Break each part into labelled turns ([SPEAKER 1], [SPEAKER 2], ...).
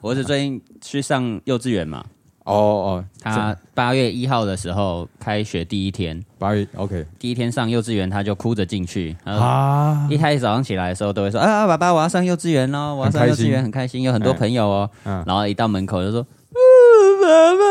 [SPEAKER 1] 我儿子最近去上幼稚园嘛，
[SPEAKER 2] 哦哦，
[SPEAKER 1] 他八月一号的时候开学第一天，
[SPEAKER 2] 八月 OK
[SPEAKER 1] 第一天上幼稚园他就哭着进去，
[SPEAKER 3] 呃
[SPEAKER 1] 他说
[SPEAKER 2] 啊，
[SPEAKER 1] 一开始早上起来的时候都会说啊，爸爸我要上幼稚园喽，我要上幼稚园，很开心，有很多朋友哦。
[SPEAKER 2] 嗯
[SPEAKER 1] 然后一到门口就说，呃爸爸。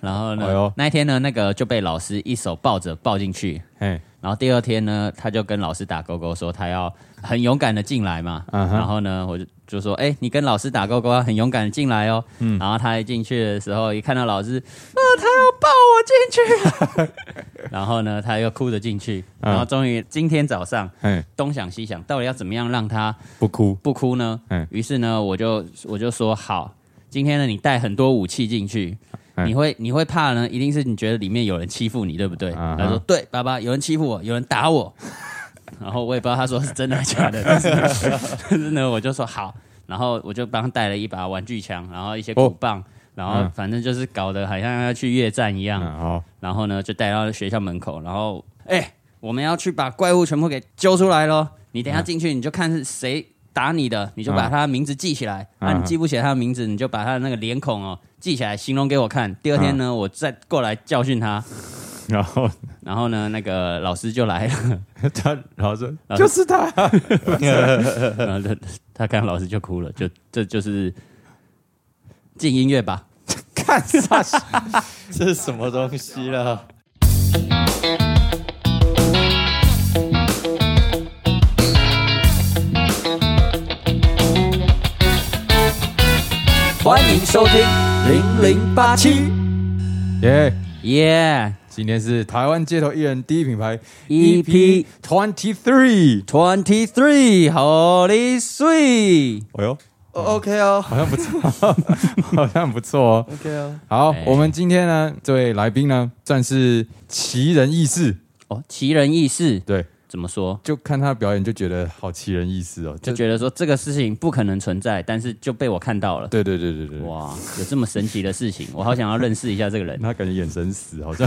[SPEAKER 1] 然后呢，
[SPEAKER 2] 哎呦
[SPEAKER 1] 那一天呢，那个就被老师一手抱着抱进去。
[SPEAKER 2] 嘿，
[SPEAKER 1] 然后第二天呢，他就跟老师打勾勾，说他要很勇敢的进来嘛。
[SPEAKER 2] 嗯哼
[SPEAKER 1] 然后呢，我就就说，哎、你跟老师打勾勾，要很勇敢的进来哦。
[SPEAKER 2] 嗯
[SPEAKER 1] 然后他一进去的时候，一看到老师，啊，他要抱我进去。 然后呢，他又哭着进去。
[SPEAKER 2] 嗯
[SPEAKER 1] 然后终于今天早上，
[SPEAKER 2] 嘿，
[SPEAKER 1] 东想西想，到底要怎么样让他
[SPEAKER 2] 不哭，
[SPEAKER 1] 不哭呢
[SPEAKER 2] 嗯？
[SPEAKER 1] 于是呢，我就我就说好，今天呢，你带很多武器进去，
[SPEAKER 2] 嗯
[SPEAKER 1] 你会你会怕呢？一定是你觉得里面有人欺负你，对不对？
[SPEAKER 2] 啊哈
[SPEAKER 1] 他说对，爸爸，有人欺负我，有人打我。 然后我也不知道他说是真的还是假 的， 但是呢但是呢，我就说好，然后我就帮他带了一把玩具枪，然后一些
[SPEAKER 2] 哦
[SPEAKER 1] 鼓棒，然后
[SPEAKER 2] 嗯
[SPEAKER 1] 反正就是搞得好像要去越战一样。
[SPEAKER 2] 嗯，好，
[SPEAKER 1] 然后呢就带到学校门口，然后哎、我们要去把怪物全部给揪出来咯。你等一下进去你就看是谁打你的，你就把
[SPEAKER 2] 嗯
[SPEAKER 1] 他的名字记起来。
[SPEAKER 2] 嗯
[SPEAKER 1] 啊，你记不起来他的名字，你就把他的那个脸孔哦记起来，形容给我看。第二天呢，我再过哦来教训他。
[SPEAKER 2] 然后
[SPEAKER 1] 然后呢，那个老师就 来了，
[SPEAKER 2] 他老师
[SPEAKER 1] 老
[SPEAKER 3] 呃
[SPEAKER 1] 师
[SPEAKER 2] 就是 他，
[SPEAKER 1] 然后他他看到老师就哭了，就这就是进音乐吧。
[SPEAKER 2] 看啥？
[SPEAKER 3] 这是什么东西啊啦？
[SPEAKER 1] 欢迎收听零零八七，
[SPEAKER 2] 耶，
[SPEAKER 1] 耶
[SPEAKER 2] 今天是台湾街头艺人第一品牌
[SPEAKER 3] E
[SPEAKER 2] E
[SPEAKER 1] EP
[SPEAKER 2] Twenty Three，
[SPEAKER 1] twenty three，Holy Three。
[SPEAKER 2] 哎呦，
[SPEAKER 1] Oh,
[SPEAKER 3] o k 哦
[SPEAKER 2] 好像不错， 好像不错哦。
[SPEAKER 3] ，OK 哦，
[SPEAKER 2] 好，
[SPEAKER 1] 哎
[SPEAKER 2] 我们今天呢，这位来宾呢，算是奇人异事，
[SPEAKER 1] 哦，奇人异事
[SPEAKER 2] 对，
[SPEAKER 1] 怎么说？
[SPEAKER 2] 就看他的表演就觉得好奇人异事哦，
[SPEAKER 1] 就
[SPEAKER 2] 就
[SPEAKER 1] 觉得说这个事情不可能存在，但是就被我看到了。
[SPEAKER 2] 对对对对对，哇，
[SPEAKER 1] 哇，有这么神奇的事情，我好想要认识一下这个 人。
[SPEAKER 2] 他感觉眼神死，好像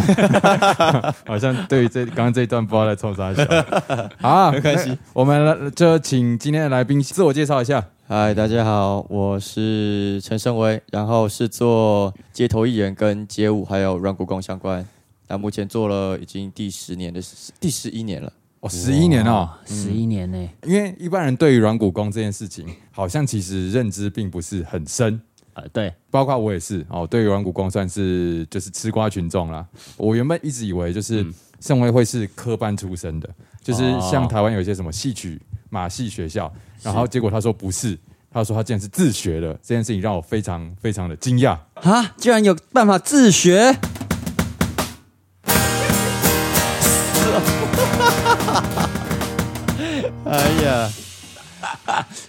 [SPEAKER 2] 好像对于这刚刚这一段不知道在冲啥 笑。好，没
[SPEAKER 3] 关系，
[SPEAKER 2] 我们来就请今天的来宾自我介绍一下。
[SPEAKER 3] 嗨，大家好，我是陈胜威，然后是做街头艺人、跟街舞还有软骨功相关。那目前做了已经第十年的时第十一年了，
[SPEAKER 2] 哦，十一年哦，
[SPEAKER 1] 哇，嗯十一年呢、
[SPEAKER 2] 因为一般人对于软骨功这件事情，好像其实认知并不是很深。
[SPEAKER 1] 呃，对，
[SPEAKER 2] 包括我也是哦，对于软骨功算是就是吃瓜群众啦。我原本一直以为就是盛威会是科班出身的，就是像台湾有一些什么戏曲马戏学校，然后结果他说不是，他说他竟然是自学的，这件事情让我非常非常的惊讶。
[SPEAKER 1] 啊，居然有办法自学。
[SPEAKER 3] 哎呀，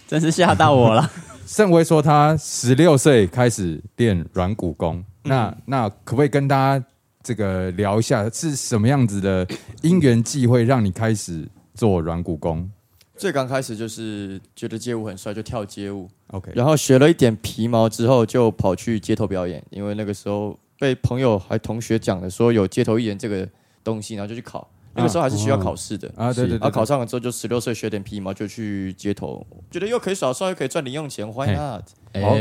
[SPEAKER 1] 真是吓到我 了！
[SPEAKER 2] 盛威说他十六岁开始练软骨功，那那可不可以跟大家这个聊一下是什么样子的因缘际会让你开始做软骨功
[SPEAKER 3] 最刚开始就是觉得街舞很帅，就跳街舞，
[SPEAKER 2] ？OK，
[SPEAKER 3] 然后学了一点皮毛之后，就跑去街头表演，因为那个时候被朋友还同学讲的说有街头艺人这个东西，然后就去考。那个时候还是需要考试的，
[SPEAKER 2] 啊，对对对
[SPEAKER 3] 然后考上了之后，就十六岁学点皮毛，就去街头，觉得又可以耍帅，又可以赚零用钱，Why
[SPEAKER 2] 嘿
[SPEAKER 3] not？
[SPEAKER 1] 哎、
[SPEAKER 2] 好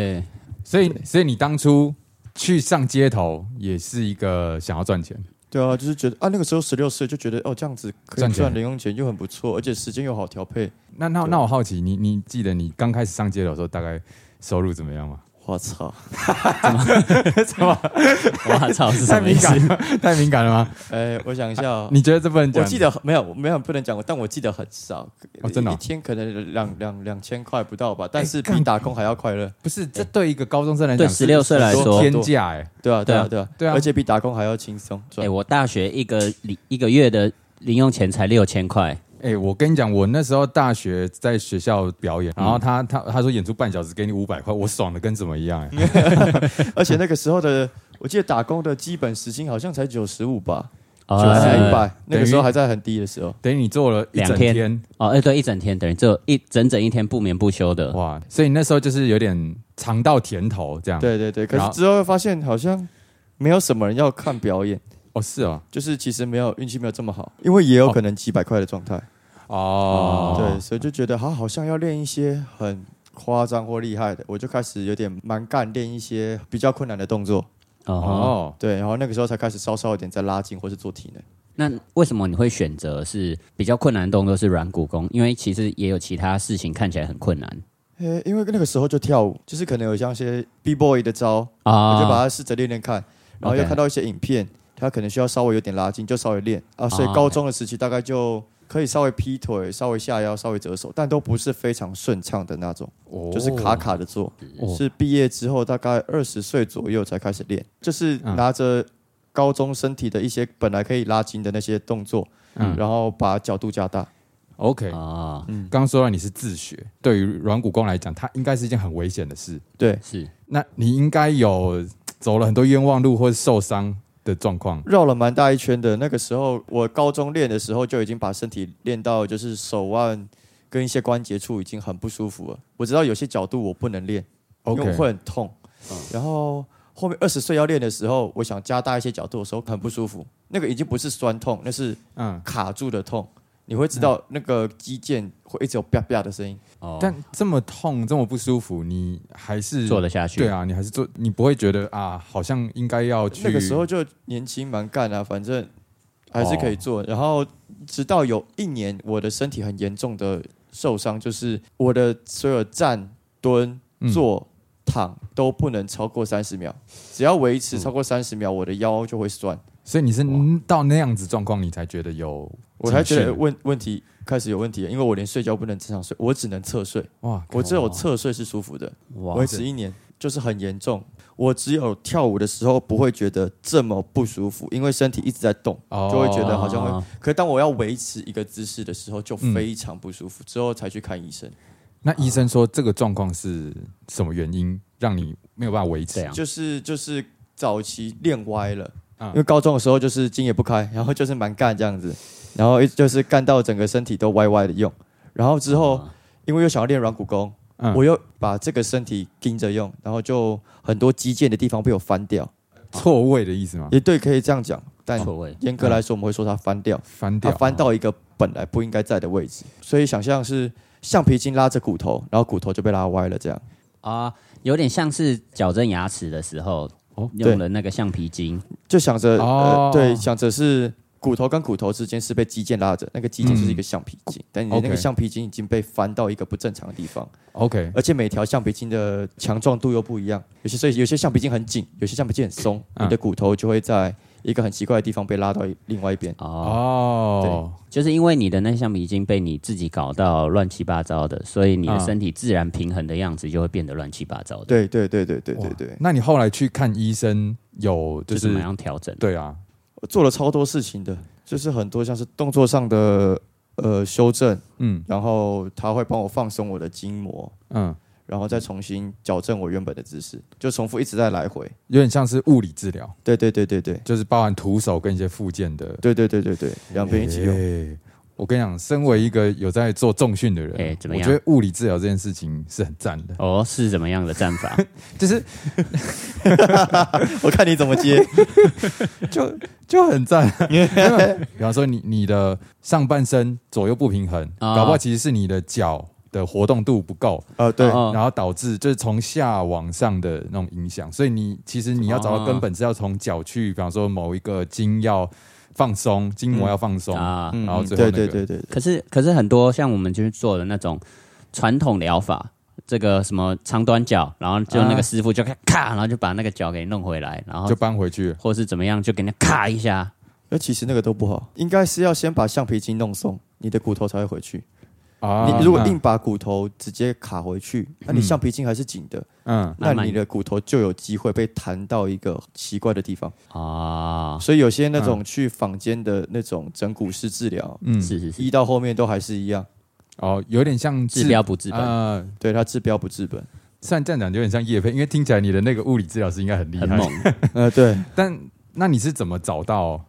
[SPEAKER 2] 所以，所以你当初去上街头也是一个想要赚钱，
[SPEAKER 3] 对啊，就是觉得啊，那个时候十六岁就觉得哦，这样子可
[SPEAKER 2] 赚
[SPEAKER 3] 以
[SPEAKER 2] 钱
[SPEAKER 3] 赚零用钱，又很不错，而且时间又好调配。
[SPEAKER 2] 那那那我好奇，你你记得你刚开始上街头的时候大概收入怎么样吗？
[SPEAKER 3] 我操！
[SPEAKER 1] 我操，是
[SPEAKER 2] 太
[SPEAKER 1] 什么意
[SPEAKER 2] 敏
[SPEAKER 1] 思？
[SPEAKER 2] 感了， 太敏感了吗？
[SPEAKER 3] 哎，我想一下哦，
[SPEAKER 2] 你觉得这不能
[SPEAKER 3] 我
[SPEAKER 2] 讲？
[SPEAKER 3] 记得没有没有不能讲，但我记得很少，
[SPEAKER 2] 哦真的哦
[SPEAKER 3] 一天可能两两两千块不到吧，但是
[SPEAKER 2] 干
[SPEAKER 3] 比打工还要快乐。
[SPEAKER 2] 不是，这对一个高中生来讲，
[SPEAKER 1] 对16岁来
[SPEAKER 3] 说
[SPEAKER 2] 天价哎、
[SPEAKER 3] 对啊，对啊，对啊，
[SPEAKER 2] 对啊
[SPEAKER 3] 而且比打工还要轻松。
[SPEAKER 1] 哎、
[SPEAKER 3] 赚
[SPEAKER 1] 我大学一个礼一个月的零用钱才六千块，
[SPEAKER 2] 哎、我跟你讲，我那时候大学在学校表演，然后他他他说演出半小时给你五百块，我爽的跟什么一样哎、
[SPEAKER 3] 而且那个时候的，我记得打工的基本时薪好像才九十五吧，
[SPEAKER 1] 九
[SPEAKER 3] 九十
[SPEAKER 1] 百
[SPEAKER 3] 一百，那个时候还在很低的时候。
[SPEAKER 2] 等于你做了一整
[SPEAKER 1] 两天
[SPEAKER 2] 天
[SPEAKER 1] 哦，哎、对，一整天等于这一整整一天不眠不休的，
[SPEAKER 2] 哇，所以你那时候就是有点尝到甜头这样。
[SPEAKER 3] 对对对，可
[SPEAKER 2] 然
[SPEAKER 3] 是
[SPEAKER 2] 后
[SPEAKER 3] 啊之后发现好像没有什么人要看表演，
[SPEAKER 2] 哦，是哦，
[SPEAKER 3] 就是其实没有运气没有这么好，哦因为也有可能几百块的状态。
[SPEAKER 2] 哦，
[SPEAKER 3] 对，所以就觉得好，好像要练一些很夸张或厉害的，我就开始有点蛮干练一些比较困难的动作。
[SPEAKER 1] 哦，
[SPEAKER 2] 哦，
[SPEAKER 3] 对，然后那个时候才开始稍稍有点在拉筋或是做体能。
[SPEAKER 1] 那为什么你会选择是比较困难的动作是软骨功？因为其实也有其他事情看起来很困难
[SPEAKER 3] 诶，因为那个时候就跳舞，就是可能有像一些 B boy 的招，
[SPEAKER 1] 啊
[SPEAKER 3] 我就把它试着练练看，然后
[SPEAKER 1] OK
[SPEAKER 3] 又看到一些影片，他可能需要稍微有点拉筋，就稍微练啊。所以
[SPEAKER 1] 哦
[SPEAKER 3] 高中的时期大概就可以稍微劈腿、稍微下腰、稍微折手，但都不是非常顺畅的那种，
[SPEAKER 2] 哦
[SPEAKER 3] 就是卡卡的做。
[SPEAKER 2] 哦
[SPEAKER 3] 是毕业之后大概二十岁左右才开始练，就是
[SPEAKER 2] 嗯
[SPEAKER 3] 拿着高中身体的一些本来可以拉筋的那些动作，
[SPEAKER 2] 嗯
[SPEAKER 3] 然后把角度加大。
[SPEAKER 2] ，OK。
[SPEAKER 1] 哦，
[SPEAKER 3] 嗯
[SPEAKER 2] 刚刚说到你是自学，对于软骨功来讲，它应该是一件很危险的事。
[SPEAKER 3] 对，
[SPEAKER 1] 是
[SPEAKER 2] 那你应该有嘖走了很多冤枉路或是受伤的状况。
[SPEAKER 3] 绕了蛮大一圈的。那个时候，我高中练的时候就已经把身体练到，就是手腕跟一些关节处已经很不舒服了。我知道有些角度我不能练，因
[SPEAKER 2] OK，
[SPEAKER 3] 为会很痛。然后后面二十岁要练的时候，我想加大一些角度的时候很不舒服，那个已经不是酸痛，那是
[SPEAKER 2] 嗯，
[SPEAKER 3] 卡住的痛。你会知道那个肌腱会一直有啪啪的声音。
[SPEAKER 1] 哦，
[SPEAKER 2] 但这么痛，这么不舒服，你还是
[SPEAKER 1] 做得下去。
[SPEAKER 2] 对啊，你还是做，你不会觉得啊，好像应该要去
[SPEAKER 3] 那个时候就年轻蛮干啊，反正还是可以做。
[SPEAKER 2] 哦
[SPEAKER 3] 然后直到有一年，我的身体很严重的受伤，就是我的所有站、蹲、
[SPEAKER 2] 嗯
[SPEAKER 3] 坐、躺都不能超过三十秒，只要维
[SPEAKER 2] 嗯
[SPEAKER 3] 持超过三十秒，我的腰就会酸。
[SPEAKER 2] 所以你是到那样子状况，你才觉得有情绪，
[SPEAKER 3] 我才觉得问问题开始有问题了，因为我连睡觉不能正常睡，我只能侧睡，
[SPEAKER 2] 哇，
[SPEAKER 3] 我只有侧睡是舒服的。
[SPEAKER 1] 哇
[SPEAKER 3] 维持一年就是很严重，我只有跳舞的时候不会觉得这么不舒服，因为身体一直在动。
[SPEAKER 2] 哦
[SPEAKER 3] 就会觉得好像
[SPEAKER 1] 哦
[SPEAKER 3] 会。可是当我要维持一个姿势的时候，就
[SPEAKER 1] 嗯
[SPEAKER 3] 非常不舒服，之后才去看医生。
[SPEAKER 2] 那医生说这个状况是什么原因让你没有办法维持
[SPEAKER 1] 这？样啊
[SPEAKER 3] 就是就是早期练歪了，
[SPEAKER 2] 嗯
[SPEAKER 3] 因为高中的时候就是筋也不开，然后就是蛮干这样子，然后一就是干到整个身体都歪歪的用。然后之后，
[SPEAKER 1] 啊
[SPEAKER 3] 因为又想要练软骨功，
[SPEAKER 2] 嗯
[SPEAKER 3] 我又把这个身体盯着用，然后就很多肌腱的地方被我翻掉，
[SPEAKER 2] 错位的意思吗？
[SPEAKER 3] 也对，可以这样讲。但
[SPEAKER 1] 错位
[SPEAKER 3] 严格来说，我们会说它翻掉，
[SPEAKER 2] 翻
[SPEAKER 3] 它
[SPEAKER 2] 掉，
[SPEAKER 3] 啊翻到一个本来不应该在的位置，所以想象是橡皮筋拉着骨头，然后骨头就被拉歪了，这样
[SPEAKER 1] 啊，有点像是矫正牙齿的时候
[SPEAKER 2] 哦
[SPEAKER 1] 用了那个橡皮筋
[SPEAKER 3] 就想着、
[SPEAKER 2] 哦
[SPEAKER 3] 呃，对，想着是骨头跟骨头之间是被肌腱拉着，那个肌腱就是一个橡皮筋，但你的那
[SPEAKER 2] 哦 OK
[SPEAKER 3] 个橡皮筋已经被翻到一个不正常的地方，
[SPEAKER 2] OK，
[SPEAKER 3] 而且每条橡皮筋的强壮度又不一样，有些所以有些橡皮筋很紧，有些橡皮筋很松，
[SPEAKER 2] 嗯
[SPEAKER 3] 你的骨头就会在一个很奇怪的地方被拉到另外一边。
[SPEAKER 1] 哦，
[SPEAKER 2] 哦，
[SPEAKER 1] 就是因为你的那橡皮筋被你自己搞到乱七八糟的，所以你的
[SPEAKER 2] 啊
[SPEAKER 1] 身体自然平衡的样子就会变得乱七八糟的。
[SPEAKER 3] 对对对对对
[SPEAKER 2] 哇
[SPEAKER 3] 对对，
[SPEAKER 2] 那你后来去看医生有
[SPEAKER 1] 就
[SPEAKER 2] 就是
[SPEAKER 1] 怎么
[SPEAKER 2] 是
[SPEAKER 1] 样调整？
[SPEAKER 2] 对啊，
[SPEAKER 3] 我做了超多事情的，就是很多像是动作上的呃修正，
[SPEAKER 2] 嗯
[SPEAKER 3] 然后他会帮我放松我的筋膜，
[SPEAKER 2] 嗯，
[SPEAKER 3] 然后再重新矫正我原本的姿势，就重复一直在来回。
[SPEAKER 2] 有点像是物理治疗，
[SPEAKER 3] 对对对对对
[SPEAKER 2] 就是包含徒手跟一些附件的
[SPEAKER 3] 对对对对对，两边一起用。
[SPEAKER 2] 欸我跟你讲，身为一个有在做重训的人，
[SPEAKER 1] 欸怎么
[SPEAKER 2] 我
[SPEAKER 1] 样
[SPEAKER 2] 觉得物理治疗这件事情是很赞的，
[SPEAKER 1] 哦，是怎么样的战法？
[SPEAKER 2] 就是
[SPEAKER 3] 我看你怎 么接。
[SPEAKER 2] 就就很赞。啊比方说你你的上半身左右不平衡，
[SPEAKER 1] 啊
[SPEAKER 2] 搞不好其实是你的脚的活动度不够，
[SPEAKER 3] 啊， 对，
[SPEAKER 1] 哦
[SPEAKER 2] 然后导致就是从下往上的那种影响。所以你其实你要找到根本是要从脚去，比方说某一个筋要放松，筋膜要放松，
[SPEAKER 1] 啊，
[SPEAKER 3] 嗯
[SPEAKER 2] 然后
[SPEAKER 3] 嗯
[SPEAKER 2] 最后那
[SPEAKER 3] 对
[SPEAKER 2] 个
[SPEAKER 3] 对对对，对
[SPEAKER 1] 可是可是很多像我们就是做的那种传统疗法，这个什么长短脚，然后就那个师傅就咔咔，然后就把那个脚给弄回来，然后
[SPEAKER 2] 就搬回去了。
[SPEAKER 1] 或是怎么样，就给人家咔一下。
[SPEAKER 3] 那其实那个都不好，应该是要先把橡皮筋弄松，你的骨头才会回去。
[SPEAKER 2] 啊
[SPEAKER 3] 你如果
[SPEAKER 2] 嗯
[SPEAKER 3] 硬把骨头直接卡回去，那你橡皮筋还是紧的，
[SPEAKER 2] 嗯
[SPEAKER 3] 那
[SPEAKER 1] 慢慢
[SPEAKER 3] 你的骨头就有机会被弹到一个奇怪的地方。
[SPEAKER 1] 啊，
[SPEAKER 3] 所以有些那种去坊间的那种整骨师治疗，
[SPEAKER 2] 嗯
[SPEAKER 1] 是是是，
[SPEAKER 3] 医到后面都还是一样，
[SPEAKER 2] 哦，有点像
[SPEAKER 1] 治标不治本，
[SPEAKER 3] 啊
[SPEAKER 2] 呃
[SPEAKER 3] 对他治标不 治本。
[SPEAKER 2] 虽然这样讲有点像叶配，因为听起来你的那个物理治疗师应该很厉
[SPEAKER 1] 很
[SPEAKER 2] 害。
[SPEAKER 1] 猛。
[SPEAKER 3] 呃，对，
[SPEAKER 2] 但那你是怎么找到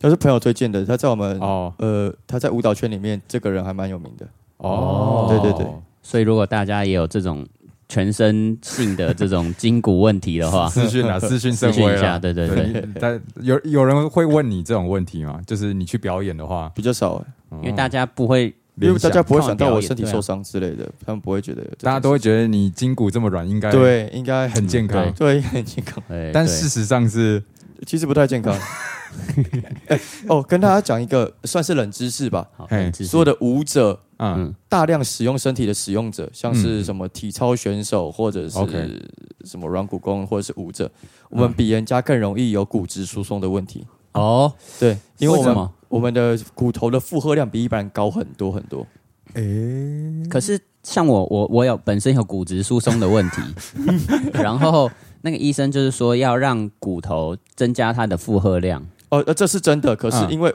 [SPEAKER 3] 他是朋友推荐的，他在我
[SPEAKER 1] 嗯
[SPEAKER 3] 们
[SPEAKER 2] 哦
[SPEAKER 3] 呃，他在舞蹈圈里面，这个人还蛮有名的。
[SPEAKER 2] 哦？，
[SPEAKER 3] 对对对，
[SPEAKER 1] 所以如果大家也有这种全身性的这种筋骨问题的 话
[SPEAKER 2] 私讯 啊，私讯
[SPEAKER 1] 咨
[SPEAKER 2] 圣
[SPEAKER 1] 询
[SPEAKER 2] 威
[SPEAKER 1] 一下，
[SPEAKER 2] 啦。
[SPEAKER 1] 对对对，
[SPEAKER 2] 对，但有有人会问你这种问题吗？就是你去表演的话，
[SPEAKER 3] 比较少欸，
[SPEAKER 1] 因为大家不会
[SPEAKER 3] 因
[SPEAKER 2] 联
[SPEAKER 3] 为大
[SPEAKER 2] 想，
[SPEAKER 3] 家不会
[SPEAKER 1] 看
[SPEAKER 3] 想
[SPEAKER 1] 完
[SPEAKER 3] 到
[SPEAKER 1] 表
[SPEAKER 3] 我
[SPEAKER 1] 演
[SPEAKER 3] 身体
[SPEAKER 1] 对啊
[SPEAKER 3] 受伤之类的，他们不会觉得有这种事，
[SPEAKER 2] 大家都会觉得你筋骨这么软，应该，
[SPEAKER 3] 对，应该
[SPEAKER 2] 很健康
[SPEAKER 1] 嗯
[SPEAKER 3] 对，很健康。
[SPEAKER 1] 哎
[SPEAKER 2] 但
[SPEAKER 1] 对
[SPEAKER 2] 事实上是
[SPEAKER 3] 其实不太 健康。哎哦，跟大家讲一个算是冷知识吧，
[SPEAKER 1] 好，
[SPEAKER 2] 嘿
[SPEAKER 1] 很自信
[SPEAKER 3] 所有的舞者
[SPEAKER 2] 啊
[SPEAKER 1] 嗯
[SPEAKER 3] 大量使用身体的使用者，像
[SPEAKER 2] 嗯
[SPEAKER 3] 是什么体操选手或者
[SPEAKER 2] OK 嗯
[SPEAKER 3] 是什么软骨功或者是舞者，我们比人家更容易有骨质疏松的问题。
[SPEAKER 1] 哦，
[SPEAKER 3] 对，因为我
[SPEAKER 1] 为什
[SPEAKER 3] 们
[SPEAKER 1] 么
[SPEAKER 3] 我们的骨头的负荷量比一般人高很多很多。
[SPEAKER 1] 可是像我，我我有本身有骨质疏松的问题，然后那个医生就是说要让骨头增加它的负荷量，
[SPEAKER 3] 哦，呃这是真的，可是
[SPEAKER 2] 嗯
[SPEAKER 3] 因为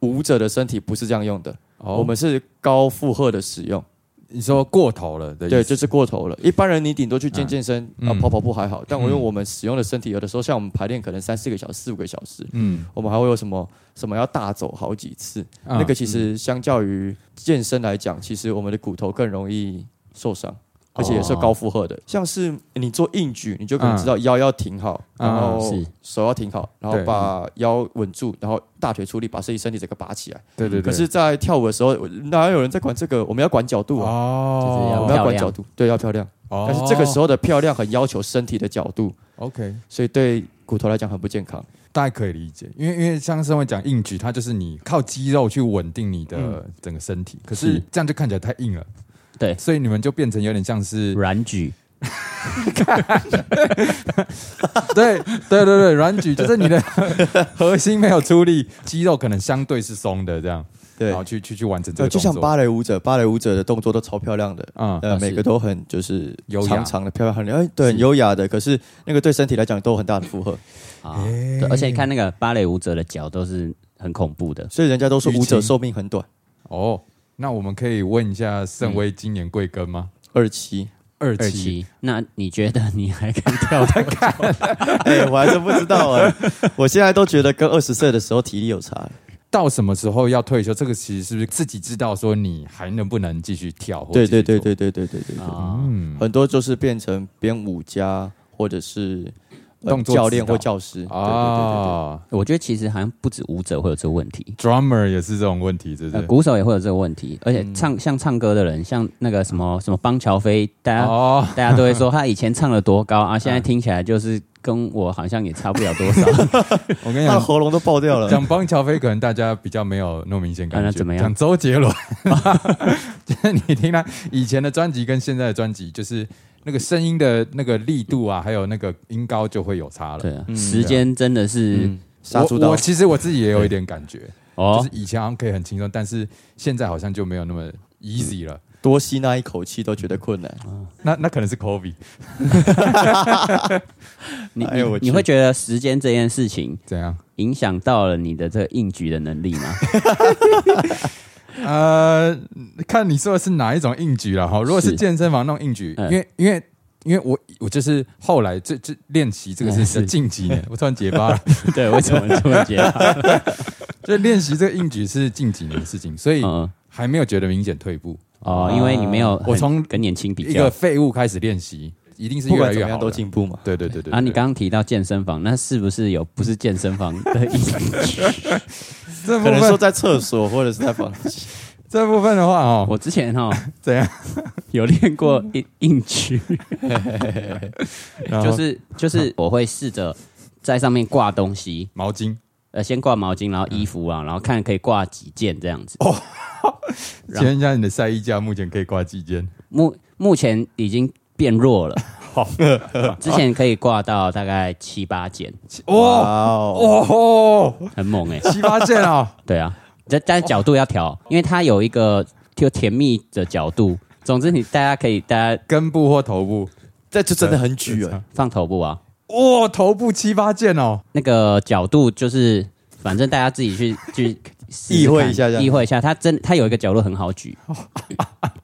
[SPEAKER 3] 舞者的身体不是这样用的，
[SPEAKER 2] 哦
[SPEAKER 3] 我们是高负荷的使用。
[SPEAKER 2] 你说过头了的意思，
[SPEAKER 3] 对，就是过头了。一般人你顶多去健健身
[SPEAKER 2] 嗯
[SPEAKER 3] 啊，
[SPEAKER 2] 嗯
[SPEAKER 3] 跑跑步还好，但我因为我们使用的身体，有的时候像我们排练可能三四个小时、四五个小时，
[SPEAKER 2] 嗯，
[SPEAKER 3] 我们还会有什么什么要大走好几次。
[SPEAKER 2] 啊
[SPEAKER 3] 那个其实相较于健身来讲，其实我们的骨头更容易受伤。
[SPEAKER 2] 哦
[SPEAKER 3] 而且也是高负荷的，像是你做硬举，你就可能知道腰要挺好，
[SPEAKER 2] 嗯
[SPEAKER 3] 然后
[SPEAKER 1] 是
[SPEAKER 3] 手要挺好，然后
[SPEAKER 2] 对
[SPEAKER 3] 把腰稳住，然后大腿出力，把自己身体整个拔起来。
[SPEAKER 2] 对对对，
[SPEAKER 3] 可是，在跳舞的时候，哪有人在管这个？我们要管角度啊，
[SPEAKER 1] 就是
[SPEAKER 3] 我
[SPEAKER 1] 要
[SPEAKER 2] 哦
[SPEAKER 3] 们要
[SPEAKER 1] 漂
[SPEAKER 3] 管
[SPEAKER 1] 亮
[SPEAKER 3] 角度，对，要漂亮。
[SPEAKER 2] 哦
[SPEAKER 3] 但是这个时候的漂亮很要求身体的角度，
[SPEAKER 2] ，OK，
[SPEAKER 3] 所以对骨头来讲很不健康。
[SPEAKER 2] 大家可以理解，因为因为像上面讲硬举，它就是你靠肌肉去稳定你的整个身体，可是
[SPEAKER 1] 是
[SPEAKER 2] 这样就看起来太硬了，
[SPEAKER 1] 对
[SPEAKER 2] 所以你们就变成有点像是，
[SPEAKER 1] 软举，
[SPEAKER 2] 对对对对，软举 就是你的核心没有出力，肌肉可能相对是松的这样，
[SPEAKER 3] 对
[SPEAKER 2] 然后去去去完成这
[SPEAKER 3] 对，
[SPEAKER 2] 个
[SPEAKER 3] 哦就
[SPEAKER 2] 动作，
[SPEAKER 3] 像芭蕾舞者，芭蕾舞者的动作都超漂亮的，
[SPEAKER 2] 嗯
[SPEAKER 3] 呃，
[SPEAKER 1] 是
[SPEAKER 3] 每个都很就是
[SPEAKER 2] 优雅
[SPEAKER 3] 长长的漂亮，很哎对，很优雅的。可是那个对身体来讲都有很大的负荷，
[SPEAKER 1] 啊，对，而且看那个芭蕾舞者的脚都是很恐怖的，
[SPEAKER 3] 所以人家都说
[SPEAKER 2] 淤青
[SPEAKER 3] 舞者寿命很短，
[SPEAKER 2] 哦，那我们可以问一下盛威今年贵庚吗？
[SPEAKER 3] 嗯二期。
[SPEAKER 2] 二
[SPEAKER 1] 二
[SPEAKER 2] 七，
[SPEAKER 1] 期。那你觉得你还敢跳的？
[SPEAKER 3] 哎，我还真不知道哎，我现在都觉得跟二十岁的时候体力有差。欸
[SPEAKER 2] 到什么时候要退休？这个其实是不是自己知道说你还能不能继续跳？或
[SPEAKER 3] 对
[SPEAKER 2] 继续
[SPEAKER 3] 对
[SPEAKER 2] 做，
[SPEAKER 3] 对对对对对对对，
[SPEAKER 1] 啊，
[SPEAKER 2] 嗯，
[SPEAKER 3] 很多就是变成编舞家或者是呃
[SPEAKER 2] 动作
[SPEAKER 3] 教练
[SPEAKER 2] 指导
[SPEAKER 3] 或教师。对对对对对。
[SPEAKER 2] 啊
[SPEAKER 1] 我觉得其实好像不止舞者会有这个问题，
[SPEAKER 2] ，drummer 也是这种问题，是不
[SPEAKER 3] 啊
[SPEAKER 1] 呃，
[SPEAKER 2] 是？
[SPEAKER 1] 鼓手也会有这个问题，而且唱像唱歌的人，像那个什么什么邦乔飞，大家
[SPEAKER 2] 哦，
[SPEAKER 1] 大家都会说他以前唱了多高啊，现在听起来就是跟我好像也差不了多少。啊
[SPEAKER 2] 我跟你
[SPEAKER 3] 他的
[SPEAKER 2] 讲。
[SPEAKER 3] 喉咙都爆掉了。
[SPEAKER 2] 讲邦乔飞，可能大家比较没有那么明显感
[SPEAKER 1] 啊
[SPEAKER 2] 觉。
[SPEAKER 1] 那怎么样
[SPEAKER 2] 讲周杰伦，就是你听他以前的专辑跟现在的专辑，就是那个声音的那个力度啊，还有那个音高就会有差了。
[SPEAKER 1] 对啊，时间真的是
[SPEAKER 3] 嗯，杀猪
[SPEAKER 2] 我
[SPEAKER 3] 刀
[SPEAKER 2] 我。其实我自己也有一点感觉，就
[SPEAKER 1] 哦
[SPEAKER 2] 是，以前好像可以很轻松，但是现在好像就没有那么 easy 了。
[SPEAKER 3] 多吸那一口气都觉得困难。
[SPEAKER 2] 那那可能是 Kobe
[SPEAKER 1] 你
[SPEAKER 3] 哎呦我
[SPEAKER 1] 你
[SPEAKER 3] 去
[SPEAKER 1] 你会觉得时间这件事情
[SPEAKER 2] 怎样？
[SPEAKER 1] 影响到了你的这个应举的能力吗？
[SPEAKER 2] 呃，看你说的是哪一种硬举了哈。如果是
[SPEAKER 1] 是
[SPEAKER 2] 健身房那种硬举，
[SPEAKER 1] 嗯
[SPEAKER 2] 因为因为因为我我就是后来这这练习这个事情的近几年，我突然结巴了。
[SPEAKER 1] 对，为什么这么觉得？
[SPEAKER 2] 就练习这个硬举是近几年的事情，所以
[SPEAKER 1] 嗯，
[SPEAKER 2] 还没有觉得明显退步。
[SPEAKER 1] 哦，因为你没有很
[SPEAKER 2] 我从
[SPEAKER 1] 跟年轻比
[SPEAKER 2] 一个
[SPEAKER 1] 较
[SPEAKER 2] 废物开始练习，一定是
[SPEAKER 3] 不
[SPEAKER 2] 越
[SPEAKER 3] 管
[SPEAKER 2] 来
[SPEAKER 3] 怎
[SPEAKER 2] 越
[SPEAKER 3] 么
[SPEAKER 2] 好
[SPEAKER 3] 样
[SPEAKER 2] 的
[SPEAKER 3] 都。进步嘛。
[SPEAKER 2] 对对对对
[SPEAKER 1] 啊。你
[SPEAKER 2] 对
[SPEAKER 1] 刚刚提到健身房，那是不是有不是健身房的应举？
[SPEAKER 2] 这部
[SPEAKER 3] 可能说
[SPEAKER 2] 分
[SPEAKER 3] 在厕所或者是在房间，
[SPEAKER 2] 这部分的话哦，
[SPEAKER 1] 我之前哈
[SPEAKER 2] 怎样？
[SPEAKER 1] 有练过应应举。
[SPEAKER 2] 然后
[SPEAKER 1] 就是就是我会试着在上面挂东西，
[SPEAKER 2] 毛巾，
[SPEAKER 1] 呃，先挂毛巾，然后衣
[SPEAKER 3] 嗯
[SPEAKER 1] 服啊，然后看可以挂几件这样子。
[SPEAKER 3] 哦
[SPEAKER 1] 然后
[SPEAKER 2] 请问一下你的晒衣架目前可以挂几件？
[SPEAKER 1] 目目前已经变弱了。 之前可以挂到大概七八件，
[SPEAKER 2] 哇
[SPEAKER 3] 哦，
[SPEAKER 2] 哦，
[SPEAKER 1] 很猛 哎、
[SPEAKER 2] 七八件哦。
[SPEAKER 1] 对啊，但但角度要调，因为它有一个就甜蜜的角度。总之你大家可以大家
[SPEAKER 2] 根部或头部，
[SPEAKER 3] 这就真的很举了。
[SPEAKER 1] 放头部啊，
[SPEAKER 2] 哇、头部七八件哦，
[SPEAKER 1] 那个角度就是反正大家自己去去试试看
[SPEAKER 3] 意会一下这样
[SPEAKER 1] 意会一下。它真它有一个角度很好 举，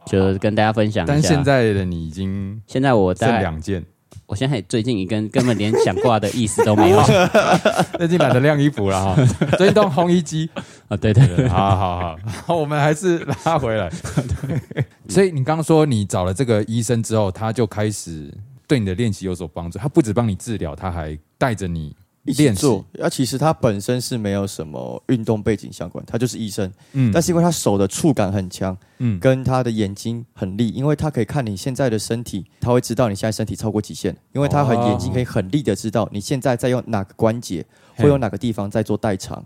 [SPEAKER 1] 就是跟大家分享一下。
[SPEAKER 2] 但现在的你已经
[SPEAKER 1] 现在我
[SPEAKER 2] 剩
[SPEAKER 1] 大概，
[SPEAKER 2] 两件，
[SPEAKER 1] 我现在最近一根根本连想挂的意思都没 有啊！
[SPEAKER 2] 最近买的晾衣服了哈， 最近都烘衣机，
[SPEAKER 1] 哦对对对，
[SPEAKER 2] 好好好，我们还是拉回来。 所以你刚刚说你找了这个医生之后，他就开始对你的练习有所帮助，他不止帮你治疗，他还带着你
[SPEAKER 3] 一起
[SPEAKER 2] 练习
[SPEAKER 3] 做。啊，其实他本身是没有什么运动背景相关，他就是医生，
[SPEAKER 2] 嗯
[SPEAKER 3] 但是因为他手的触感很强，
[SPEAKER 2] 嗯
[SPEAKER 3] 跟他的眼睛很利，因为他可以看你现在的身体，他会知道你现在身体超过极限，因为他很
[SPEAKER 2] 哦
[SPEAKER 3] 眼睛可以很利的知道你现在在用哪个关节，
[SPEAKER 2] 嘿
[SPEAKER 3] 会有哪个地方在做代偿，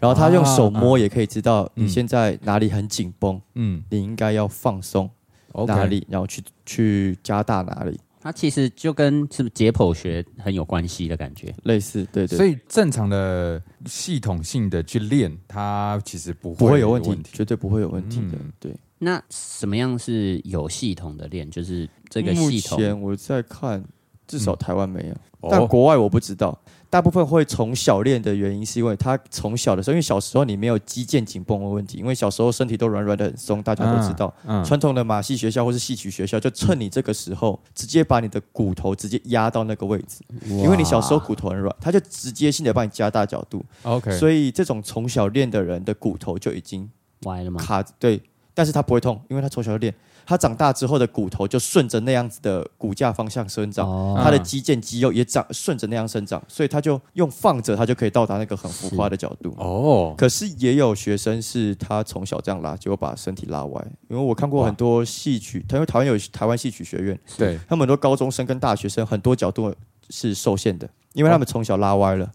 [SPEAKER 3] 然后他用手摸也可以知道
[SPEAKER 2] 嗯
[SPEAKER 3] 你现在哪里很紧绷，
[SPEAKER 2] 嗯
[SPEAKER 3] 你应该要放松
[SPEAKER 2] ，OK，
[SPEAKER 3] 哪里，然后去去加大哪里，
[SPEAKER 1] 它其实就跟是不是解剖学很有关系的感觉。
[SPEAKER 3] 类似对对，
[SPEAKER 2] 所
[SPEAKER 3] 以
[SPEAKER 2] 以正常的系统性的去练，它其实不会
[SPEAKER 3] 不会有问
[SPEAKER 2] 问
[SPEAKER 3] 题，绝对不会有问题的
[SPEAKER 2] 嗯，
[SPEAKER 3] 对。
[SPEAKER 1] 那什么样是有系统的练？就是这个
[SPEAKER 3] 目
[SPEAKER 1] 系统
[SPEAKER 3] 前我在看，至少台湾没有，
[SPEAKER 2] 哦
[SPEAKER 3] 但国外我不知道。大部分会从小练的原因，是因为他从小的时候，因为小时候你没有肌腱紧绷的问题，因为小时候身体都软软的很松，大家都知道。
[SPEAKER 2] 嗯
[SPEAKER 3] 传统的马戏学校或是戏曲学校，就趁你这个时候，直接把你的骨头直接压到那个位置，因为你小时候骨头很软，他就直接性的帮你加大角度，
[SPEAKER 2] ，OK，
[SPEAKER 3] 所以这种从小练的人的骨头就已经
[SPEAKER 1] 歪了吗？
[SPEAKER 3] 卡对，但是他不会痛，因为他从小就练，他长大之后的骨头就顺着那样子的骨架方向生长，
[SPEAKER 1] 哦
[SPEAKER 3] 他的肌腱肌肉也长顺着那样生长，所以他就用放着，他就可以到达那个很浮夸的角度。
[SPEAKER 2] 哦，
[SPEAKER 3] 可是也有学生是他从小这样拉，结果把身体拉歪。因为我看过
[SPEAKER 2] 哇
[SPEAKER 3] 很多戏曲，他因为台湾有台湾戏曲学院，
[SPEAKER 2] 对，
[SPEAKER 3] 他们很多高中生跟大学生很多角度是受限的，因为他们从小拉歪了。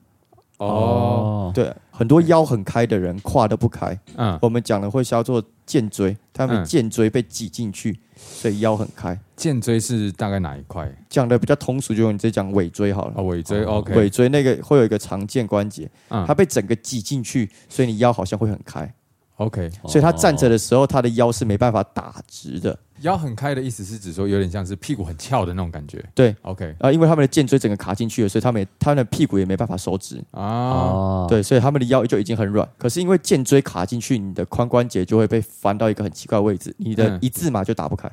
[SPEAKER 2] 哦，，
[SPEAKER 3] 对，很多腰很开的人胯都不开，
[SPEAKER 2] 嗯，
[SPEAKER 3] 我们讲的会叫做剑椎，他们
[SPEAKER 2] 嗯
[SPEAKER 3] 剑椎被挤进去，所以腰很开。
[SPEAKER 2] 剑椎是大概哪一块？
[SPEAKER 3] 讲的比较通俗，就用你直接讲尾椎好了。
[SPEAKER 2] 哦，尾椎
[SPEAKER 1] 哦
[SPEAKER 2] ，OK，
[SPEAKER 3] 尾椎那个会有一个常见关节，
[SPEAKER 2] 嗯
[SPEAKER 3] 它被整个挤进去，所以你腰好像会很开，
[SPEAKER 2] ，OK，
[SPEAKER 1] 哦
[SPEAKER 3] 所以他站着的时候，他的腰是没办法打直的。
[SPEAKER 2] 腰很开的意思是指说有点像是屁股很翘的那种感觉。
[SPEAKER 3] 对
[SPEAKER 2] ，OK
[SPEAKER 3] 啊，因为他们的剑椎整个卡进去了，所以他们也他们的屁股也没办法收直，
[SPEAKER 2] 啊，
[SPEAKER 1] 哦，
[SPEAKER 3] 对，所以他们的腰就已经很软。可是因为剑椎卡进去，你的髋关节就会被翻到一个很奇怪的位置，你的
[SPEAKER 2] 嗯
[SPEAKER 3] 一字马就打不开。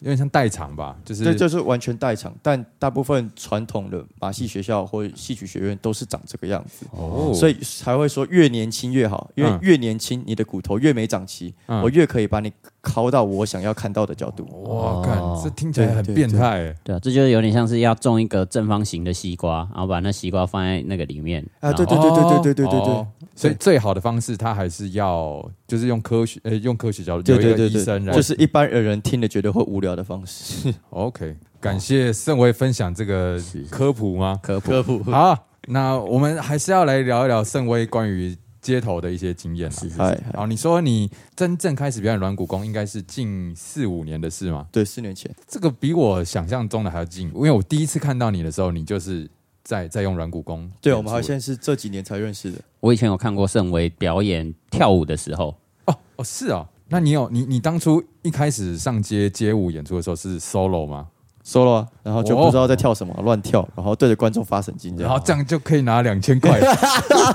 [SPEAKER 2] 有点像代偿吧，就是
[SPEAKER 3] 对，就是完全代偿，但大部分传统的马戏学校或戏曲学院都是长这个样子，
[SPEAKER 2] 哦
[SPEAKER 3] 所
[SPEAKER 2] 以
[SPEAKER 3] 以才会说越年轻越好，因为
[SPEAKER 2] 嗯
[SPEAKER 3] 越年轻你的骨头越没长齐，
[SPEAKER 2] 嗯
[SPEAKER 3] 我越可以把你敲到我想要看到的角度。
[SPEAKER 2] 哇，看
[SPEAKER 1] 哦
[SPEAKER 2] 这听起来很变态欸。
[SPEAKER 1] 对啊，这就是有点像是要种一个正方形的西瓜，然后把那西瓜放在那个里面
[SPEAKER 3] 啊对
[SPEAKER 1] 然后
[SPEAKER 3] 对对对对对对对
[SPEAKER 2] 哦所以
[SPEAKER 3] 对
[SPEAKER 2] 最好的方式，他还是要就是用科学，呃，用科学角度，
[SPEAKER 3] 对
[SPEAKER 2] 有一
[SPEAKER 3] 对
[SPEAKER 2] 个
[SPEAKER 3] 对
[SPEAKER 2] 医生，啊
[SPEAKER 3] 对，
[SPEAKER 2] 然
[SPEAKER 3] 就
[SPEAKER 2] 后
[SPEAKER 3] 是一般人听了觉得会无聊的方式。
[SPEAKER 2] OK。感谢盛威分享这个
[SPEAKER 1] 是
[SPEAKER 2] 科普吗？
[SPEAKER 1] 科普。
[SPEAKER 3] 科普
[SPEAKER 2] 好，那我们还是要来聊一聊盛威关于街头的一些经验啦。啊
[SPEAKER 1] 是是
[SPEAKER 3] 哎
[SPEAKER 1] 是，，
[SPEAKER 3] 哎
[SPEAKER 2] 好，你说你真正开始表演软骨功，应该是近四五年的事吗？
[SPEAKER 3] 对，四年前，
[SPEAKER 2] 这个比我想象中的还要近，因为我第一次看到你的时候，你就是在在用软骨功演出。
[SPEAKER 3] 对我们好像是这几年才认识的。
[SPEAKER 1] 我以前有看过盛维表演跳舞的时候，
[SPEAKER 2] 哦哦是哦，那你有你你当初一开始上街街舞演出的时候是 solo 吗？
[SPEAKER 3] solo，啊然后就
[SPEAKER 2] 哦
[SPEAKER 3] 不知道在跳什么，乱跳，然后对着观众发神经这
[SPEAKER 2] 然
[SPEAKER 3] 样，
[SPEAKER 2] 后这样就可以拿两 千块，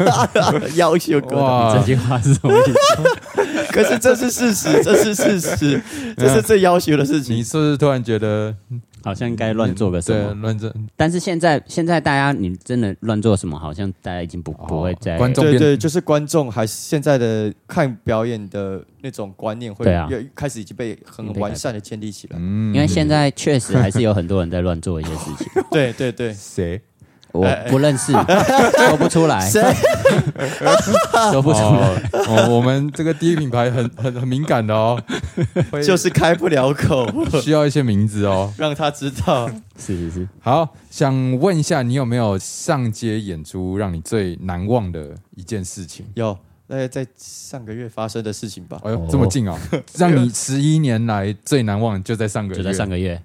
[SPEAKER 3] 要求哥
[SPEAKER 1] 这
[SPEAKER 2] 哇！
[SPEAKER 1] 句话是什么意 思？
[SPEAKER 3] 可是这是事实，这是 事实，这是最要求的事
[SPEAKER 2] 你
[SPEAKER 3] 情。
[SPEAKER 2] 是不是突然觉得
[SPEAKER 1] 好像该乱做个什
[SPEAKER 2] 对
[SPEAKER 1] 么？
[SPEAKER 2] 乱这
[SPEAKER 1] 但是现在现在大家你真的乱做什么，好像大家已经不
[SPEAKER 2] 哦
[SPEAKER 1] 不会再
[SPEAKER 2] 观众
[SPEAKER 3] 对
[SPEAKER 2] 变
[SPEAKER 3] 对，就是观众还是现在的看表演的那种观念会
[SPEAKER 1] 对啊
[SPEAKER 3] 越开始已经被很完善的建立起来。
[SPEAKER 2] 嗯
[SPEAKER 1] 因为现在确实还是有很多人在乱做一些事情，
[SPEAKER 3] 对对对，
[SPEAKER 2] 谁
[SPEAKER 1] 我不认 识，说不出来，
[SPEAKER 3] 谁
[SPEAKER 1] 说不出来。
[SPEAKER 2] 哦哦，我们这个第一品牌很很很敏感的哦，会
[SPEAKER 3] 就是开不了口，
[SPEAKER 2] 需要一些名字哦。
[SPEAKER 3] 让他知道。
[SPEAKER 1] 是是是，
[SPEAKER 2] 好，想问一下，你有没有上街演出让你最难忘的一件事情？
[SPEAKER 3] 有，大概在上个月发生的事情吧。
[SPEAKER 2] 哎呦
[SPEAKER 1] 哦，
[SPEAKER 2] 这么近哦，让你十一年来最难忘的就在上个月，
[SPEAKER 1] 就在上个月，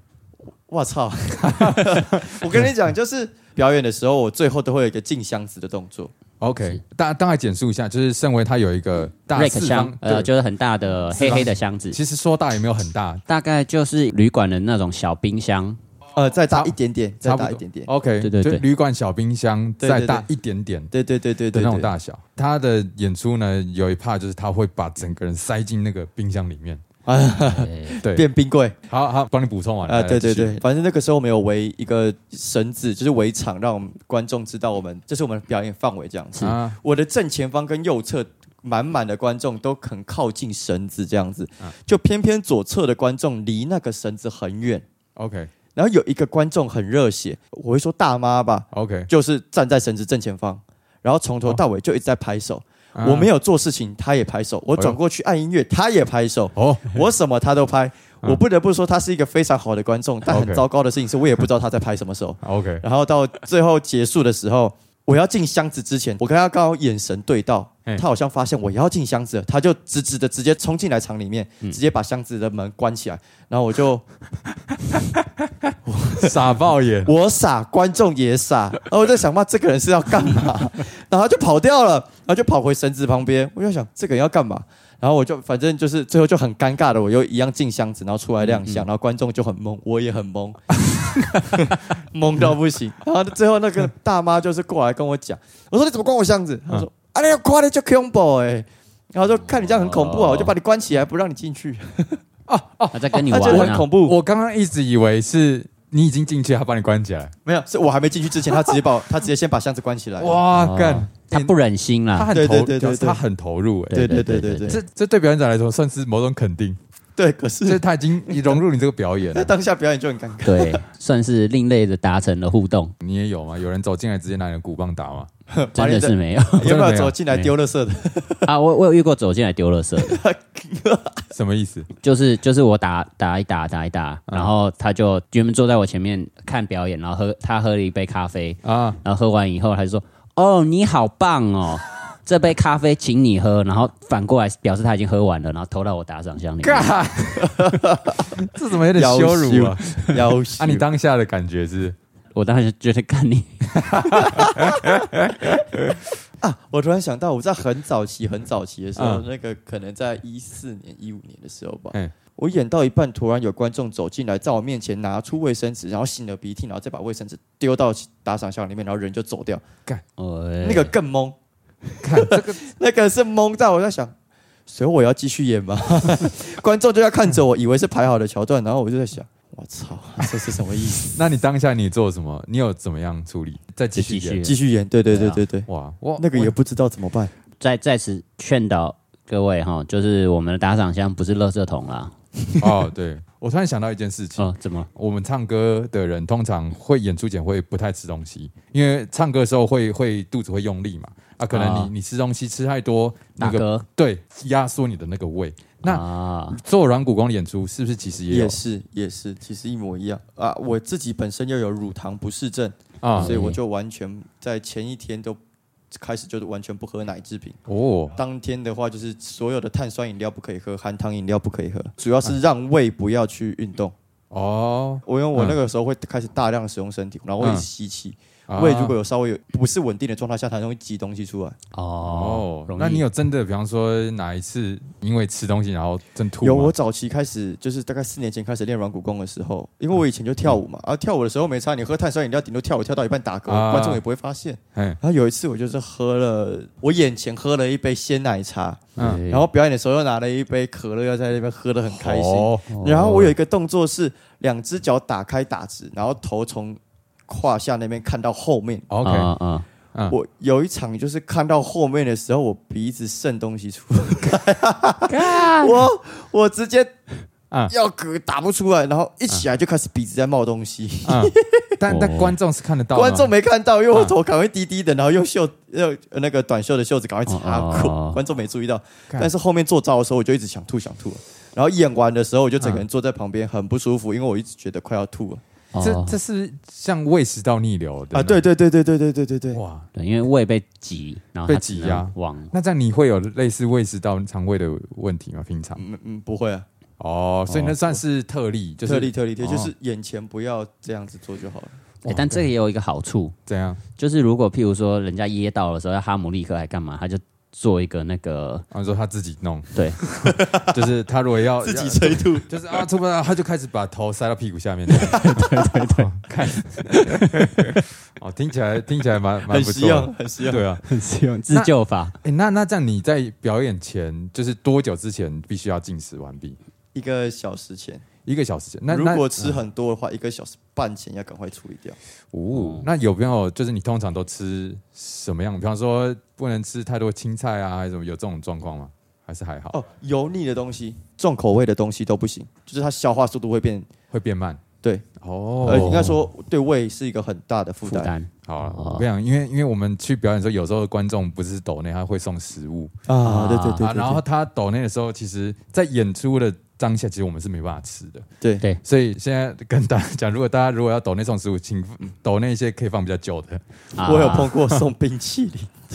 [SPEAKER 3] 我操！ 我跟你讲，就是表演的时候，我最后都会有一个进箱子的动作。
[SPEAKER 2] OK，大大概简述一下，就是盛维他有一个大
[SPEAKER 1] Rack
[SPEAKER 2] 四
[SPEAKER 1] 箱
[SPEAKER 2] 方，，
[SPEAKER 1] 呃，
[SPEAKER 2] 对，
[SPEAKER 1] 就是很大的
[SPEAKER 2] 四
[SPEAKER 1] 黑
[SPEAKER 2] 方
[SPEAKER 1] 黑的箱子，
[SPEAKER 2] 其实说大也没有很大，
[SPEAKER 1] 大概就是旅馆的那种小冰 箱，
[SPEAKER 3] 呃，再大一点点，再
[SPEAKER 2] 差不
[SPEAKER 3] 大一
[SPEAKER 2] 多
[SPEAKER 3] 点点。
[SPEAKER 2] OK，
[SPEAKER 1] 对对对
[SPEAKER 2] 就旅馆小冰箱
[SPEAKER 3] 对对
[SPEAKER 2] 再
[SPEAKER 3] 对
[SPEAKER 2] 大一点点
[SPEAKER 3] 对对对对
[SPEAKER 2] 的
[SPEAKER 3] 对，
[SPEAKER 2] 那种
[SPEAKER 3] 对
[SPEAKER 2] 大小。他的演出呢，有一怕就是他会把整个人塞进那个冰箱里面。哦
[SPEAKER 1] 对
[SPEAKER 2] 对，
[SPEAKER 3] 变冰柜。
[SPEAKER 2] 好好，帮你补充完。
[SPEAKER 3] 啊，
[SPEAKER 2] 来
[SPEAKER 3] 对对，
[SPEAKER 2] 继
[SPEAKER 3] 对
[SPEAKER 2] 续，
[SPEAKER 3] 反正那个时候我们有围一个绳子，就是围场，让我们观众知道我们这是我们的表演范围这样子。
[SPEAKER 2] 啊，
[SPEAKER 3] 我的正前方跟右侧满满的观众都很靠近
[SPEAKER 2] 啊
[SPEAKER 3] 绳子这样子，就偏偏左侧的观众离那个绳子很远。
[SPEAKER 2] OK，
[SPEAKER 3] 然后有一个观众很热血，我会说大妈吧，
[SPEAKER 2] OK，
[SPEAKER 3] 就是站在绳子正前方，然后
[SPEAKER 2] 哦
[SPEAKER 3] 从头到尾就一直在拍手。我没
[SPEAKER 2] 有
[SPEAKER 3] 有做事情，他也拍手；我转过去按音乐，他也拍手。
[SPEAKER 2] 哎哦，啊
[SPEAKER 3] 我什么他都拍。我不得不说，他是一个非常好的观众，但很
[SPEAKER 2] OK
[SPEAKER 3] 糟糕的事情是我也不知道他在拍什么手。
[SPEAKER 2] 啊 OK，
[SPEAKER 3] 然后到最后结束的时候，我要进箱子之前，我跟他刚好眼神对到
[SPEAKER 2] 嘿，
[SPEAKER 3] 他好像发现我要进箱子了，他就直直的直接冲进来厂里面，
[SPEAKER 2] 嗯
[SPEAKER 3] 直接把箱子的门关起来，然后我就，
[SPEAKER 2] 傻爆眼
[SPEAKER 3] 我傻，观众也傻，然后我在想，妈，这个人是要干嘛？ 然后他就跑掉了，然后就跑回绳子旁边，我就想这个人要干嘛？然后我就反正就是最后就很尴尬的，我又一样进箱子，然后出来亮
[SPEAKER 1] 嗯
[SPEAKER 3] 相，然后观众就很懵，我也很懵， 懵到不行。然后最后那个大妈就是过来跟我讲，我说你怎么关我箱子？
[SPEAKER 1] 嗯
[SPEAKER 3] 她说啊，你要关了就 combo 哎。然后就看你这样很恐怖啊，
[SPEAKER 1] 哦
[SPEAKER 3] 我就把你关起来，不让你进去，
[SPEAKER 2] 哦
[SPEAKER 1] 他在跟你
[SPEAKER 3] 他
[SPEAKER 1] 玩
[SPEAKER 3] 觉得很
[SPEAKER 1] 啊，
[SPEAKER 3] 恐怖。
[SPEAKER 2] 我刚刚一直以为是你已经进去，他把你关起来，
[SPEAKER 3] 没有，是我还没进去之前，他直接把我，他直接先把箱子关起来。
[SPEAKER 2] 哇
[SPEAKER 1] 哦
[SPEAKER 2] 干，
[SPEAKER 1] 他不忍心
[SPEAKER 2] 他
[SPEAKER 1] 啦。
[SPEAKER 2] 很
[SPEAKER 3] 啊对对
[SPEAKER 2] 投，
[SPEAKER 3] 对对
[SPEAKER 2] 就是
[SPEAKER 3] 对
[SPEAKER 2] 他很投入哎，
[SPEAKER 3] 对对对对对
[SPEAKER 2] 这这对表演者来说算是某种肯定，
[SPEAKER 3] 对，
[SPEAKER 2] 就
[SPEAKER 3] 可
[SPEAKER 2] 是是他已经融入你这个表演
[SPEAKER 3] 在
[SPEAKER 2] 了。
[SPEAKER 3] 当下表演就很尴尬。
[SPEAKER 1] 对，算是另类的达成了互 动，
[SPEAKER 2] 你也有吗？有人走进来直接拿你的鼓棒打吗？
[SPEAKER 1] 真的是没 有
[SPEAKER 3] 有
[SPEAKER 2] 真
[SPEAKER 3] 没
[SPEAKER 2] 的
[SPEAKER 3] 有
[SPEAKER 2] 没有
[SPEAKER 3] 走进来丢垃圾的？
[SPEAKER 1] 啊！我我有遇过走进来丢垃圾的，
[SPEAKER 2] 什么意思？
[SPEAKER 1] 就是就是我打打一打打一打，
[SPEAKER 2] 嗯
[SPEAKER 1] 然后他就原本坐在我前面看表演，然后喝他喝了一杯咖啡，
[SPEAKER 2] 啊，
[SPEAKER 1] 然后喝完以后他就说：“哦，你好棒 哦，这杯咖啡请你喝。”然后反过来表示他已经喝完了，然后投到我打赏箱里面。
[SPEAKER 2] 干，这怎么有点羞辱啊？
[SPEAKER 3] 要
[SPEAKER 2] 啊，你当下的感觉是
[SPEAKER 1] 我当时就觉得干 你
[SPEAKER 3] 啊！我突然想到，我在很早期、很早期的时候，
[SPEAKER 2] 嗯
[SPEAKER 3] 那个可能在一四年、一五年的时候吧
[SPEAKER 2] 嗯，
[SPEAKER 3] 我演到一半，突然有观众走进来，在我面前拿出卫生纸，然后擤了鼻涕，然后再把卫生纸丢到打赏箱里面，然后人就走掉。
[SPEAKER 1] 哦，
[SPEAKER 3] 那个更懵，
[SPEAKER 2] 看这个
[SPEAKER 3] 那个是懵到我在想，所以我要继续演 吗？观众就要看着我，以为是排好的桥段，然后我就在想，我操，这是什么意思？
[SPEAKER 2] 那你当下你做什么？你有怎么样处理？再继
[SPEAKER 1] 继
[SPEAKER 2] 续
[SPEAKER 1] 续
[SPEAKER 2] 演
[SPEAKER 1] 对
[SPEAKER 3] 继续演，对对对对对，
[SPEAKER 2] 哇，我
[SPEAKER 3] 那个也
[SPEAKER 2] 啊我
[SPEAKER 3] 不知道怎么办。
[SPEAKER 1] 在在此劝导各位哈，就是我们的打赏箱不是垃圾桶啦。
[SPEAKER 2] 哦，对我突然想到一件事情，
[SPEAKER 1] 哦，怎么？
[SPEAKER 2] 我们唱歌的人通常会演出前会不太吃东西，因为唱歌的时候会会肚子会用力嘛，啊，可能你、
[SPEAKER 1] 啊
[SPEAKER 2] 你吃东西吃太多，那
[SPEAKER 1] 大
[SPEAKER 2] 个
[SPEAKER 1] 哥，
[SPEAKER 2] 对压缩你的那个胃。那、
[SPEAKER 1] 啊，
[SPEAKER 2] 做软骨功的演出是不是其实也有
[SPEAKER 3] 也是也是，其实一模一样啊！我自己本身又有乳糖不适症，
[SPEAKER 2] 啊
[SPEAKER 3] 所以我就完全在前一天都开始就是完全不喝奶制品。
[SPEAKER 2] 哦，
[SPEAKER 3] 当天的话，就是所有的碳酸饮料不可以喝，含糖饮料不可以喝，主要是让胃不要去运动。
[SPEAKER 2] 哦，
[SPEAKER 3] 我因为我那个时候会开始大量地使用身体，然后会一直吸气，
[SPEAKER 2] 啊
[SPEAKER 3] 胃如果有稍微有不是稳定的状态下，它容易挤东西出来。
[SPEAKER 1] 哦
[SPEAKER 2] 哦，，
[SPEAKER 1] 容易
[SPEAKER 2] 那你有真的，比方说哪一次因为吃东西然后真吐吗？
[SPEAKER 3] 有我早期开始就是大概四年前开始练软骨功的时候，因为我以前就跳舞嘛，啊跳舞的时候没差，你喝碳酸饮料顶多跳舞跳到一半打嗝，
[SPEAKER 2] 嗯啊
[SPEAKER 3] 观众也不会发现。
[SPEAKER 2] 哎，
[SPEAKER 3] 然后有一次我就是喝了，我眼前喝了一杯鲜奶茶，
[SPEAKER 2] 嗯
[SPEAKER 1] 对
[SPEAKER 3] 然后表演的时候又拿了一杯可乐，要在那边喝的很开心。
[SPEAKER 2] 哦
[SPEAKER 3] 然后我有一个动作是两只脚打开打直，然后头从胯下那边看到后面。
[SPEAKER 2] ，OK，
[SPEAKER 1] 啊啊，
[SPEAKER 2] 嗯
[SPEAKER 3] 我有一场就是看到后面的时候，我鼻子渗东西出来，我我直接
[SPEAKER 2] 啊
[SPEAKER 3] 要嗝打不出来，然后一起来就开始鼻子在冒东西。
[SPEAKER 2] 嗯， 但但
[SPEAKER 1] 哦
[SPEAKER 2] 观众是看得到吗，
[SPEAKER 3] 观众没看到，因为我头赶快低低的，然后用 袖用呃那个短袖的袖子赶快擦过，
[SPEAKER 1] 哦哦哦
[SPEAKER 3] 观众没注意到。
[SPEAKER 2] 干
[SPEAKER 3] 但是后面做招的时候，我就一直想吐想吐，然后演完的时候，我就整个人坐在旁边很不舒服，因为我一直觉得快要吐了
[SPEAKER 2] 这
[SPEAKER 1] 哦
[SPEAKER 2] 这是像胃食道逆流的
[SPEAKER 3] 啊！对对对对对对对对对，
[SPEAKER 2] 哇，
[SPEAKER 1] 对，因为胃被挤，然后它
[SPEAKER 2] 被挤
[SPEAKER 1] 只能
[SPEAKER 2] 压
[SPEAKER 1] 往
[SPEAKER 2] 那这样你会有类似胃食道肠胃的问题吗？平常
[SPEAKER 3] 嗯嗯，不会啊，
[SPEAKER 2] 哦，所以那算是特例，就是
[SPEAKER 3] 特例特例特例，
[SPEAKER 2] 哦
[SPEAKER 3] 就是眼前不要这样子做就好了。
[SPEAKER 1] 欸但这个也有一个好处，
[SPEAKER 2] 怎样
[SPEAKER 1] 就是如果譬如说人家噎到的时候，要哈姆立克还干嘛，他就做一个那个
[SPEAKER 2] 然后哦说他自己弄，
[SPEAKER 1] 对，
[SPEAKER 2] 就是他如果要
[SPEAKER 3] 自己
[SPEAKER 2] 要
[SPEAKER 3] 催吐，
[SPEAKER 2] 就是啊，出不来，他就开始把头塞到屁股下面。对对对对，看， 哦，听起来听起来蛮蛮
[SPEAKER 3] 很
[SPEAKER 2] 不
[SPEAKER 3] 实
[SPEAKER 2] 错
[SPEAKER 3] 用，
[SPEAKER 2] 的，
[SPEAKER 3] 很实用。
[SPEAKER 2] 对啊。
[SPEAKER 1] 自救法，
[SPEAKER 2] 哎，那那这样你在表演前，就是多久之前必须要进食完毕？
[SPEAKER 3] 一个小时前，
[SPEAKER 2] 一个小时前。那
[SPEAKER 3] 如
[SPEAKER 2] 那
[SPEAKER 3] 果吃很多的话，一个小时半前要赶快处理掉。
[SPEAKER 2] 哦，那有没有就是你通常都吃什么样？比方说不能吃太多青菜啊，还是什么？有这种状况吗？还是还好？
[SPEAKER 3] 哦哦，油腻的东西、重口味的东西都不行，就是它消化速度会变
[SPEAKER 2] 会变慢
[SPEAKER 3] 对，
[SPEAKER 2] 哦
[SPEAKER 3] 呃，应该说对胃是一个很大的负
[SPEAKER 1] 负
[SPEAKER 3] 担
[SPEAKER 1] 担
[SPEAKER 2] 好了，
[SPEAKER 1] 哦
[SPEAKER 2] 我跟你讲，因为因为我们去表演的时候，有时候观众不是抖内，他会送食物
[SPEAKER 3] 啊，对对对
[SPEAKER 2] 啊。
[SPEAKER 3] 对，
[SPEAKER 2] 然后他抖内的时候，其实，在演出的当下，其实我们是没办法吃的。
[SPEAKER 3] 对
[SPEAKER 1] 对
[SPEAKER 2] 所以现在跟大家讲，如果大家如果要抖内送食物，请抖内一些可以放比较久的
[SPEAKER 1] 啊
[SPEAKER 3] 我有碰过送冰淇淋，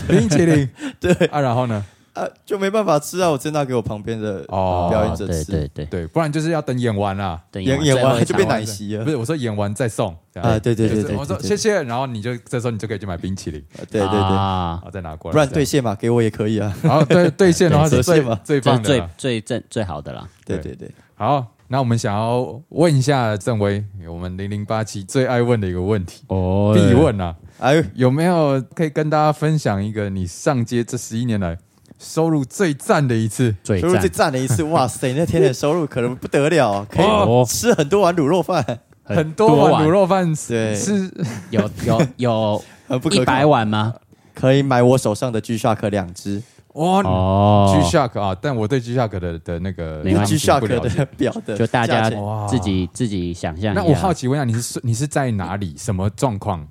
[SPEAKER 2] 冰淇淋
[SPEAKER 3] 对
[SPEAKER 2] 啊。然后呢，
[SPEAKER 3] 啊，就没办法吃啊，我真拿给我旁边的
[SPEAKER 2] 哦
[SPEAKER 3] 表演者
[SPEAKER 1] 对
[SPEAKER 3] 吃，
[SPEAKER 1] 对对
[SPEAKER 2] 对，不然就是要等演完啊啦。
[SPEAKER 1] 对，
[SPEAKER 3] 演演完就变
[SPEAKER 1] 哪
[SPEAKER 3] 奶昔 了
[SPEAKER 2] 不，是我说演完再送这样
[SPEAKER 3] 啊对对
[SPEAKER 2] 就是
[SPEAKER 3] 对对
[SPEAKER 2] 我说
[SPEAKER 3] 对对
[SPEAKER 2] 谢谢，然后你就这时候你就可以去买冰淇淋，
[SPEAKER 3] 啊对对对，
[SPEAKER 1] 啊
[SPEAKER 2] 然，后再拿过来，
[SPEAKER 3] 不然
[SPEAKER 2] 这
[SPEAKER 3] 兑
[SPEAKER 2] 样，
[SPEAKER 3] 现嘛，给我也可以啊，
[SPEAKER 2] 然后对兑现的 话是
[SPEAKER 3] 折
[SPEAKER 2] 最
[SPEAKER 3] 现嘛
[SPEAKER 2] 最
[SPEAKER 1] 这
[SPEAKER 2] 棒
[SPEAKER 1] 是
[SPEAKER 2] 的
[SPEAKER 1] 最
[SPEAKER 2] 啦。
[SPEAKER 1] 最正最好的啦。
[SPEAKER 3] 对
[SPEAKER 2] 对
[SPEAKER 3] 对对，
[SPEAKER 2] 好，那我们想要问一下郑威，我们零零八七最爱问的一个问题，
[SPEAKER 1] 哦
[SPEAKER 2] 必问啊，
[SPEAKER 3] 哎呦，
[SPEAKER 2] 有没有可以跟大家分享一个你上街这十一年来收入最赞的一次？
[SPEAKER 1] 最
[SPEAKER 3] 收入
[SPEAKER 1] 赞
[SPEAKER 3] 最，赞的一次，哇 塞，那天的收入可能不得了啊，可
[SPEAKER 1] 哦
[SPEAKER 3] 以吃很多碗卤肉饭，
[SPEAKER 2] 很多碗
[SPEAKER 1] 碗
[SPEAKER 2] 卤肉饭是
[SPEAKER 3] 对
[SPEAKER 2] 是
[SPEAKER 1] 有有有
[SPEAKER 3] 很 不可
[SPEAKER 1] 一百
[SPEAKER 3] 靠，
[SPEAKER 1] 碗吗？
[SPEAKER 3] 可以买我手上的 G Shock 两只，嗯
[SPEAKER 2] 哇
[SPEAKER 1] 哦
[SPEAKER 2] G Shock 啊，但我对 G Shock 的的那个
[SPEAKER 1] 没关系
[SPEAKER 3] ，G
[SPEAKER 2] 了解
[SPEAKER 3] Shock
[SPEAKER 2] 不了解
[SPEAKER 3] 的表的，
[SPEAKER 1] 就大家
[SPEAKER 2] 哇
[SPEAKER 1] 自己自己想象一下。
[SPEAKER 2] 那我好奇问一下，你是你是在哪里？什么状况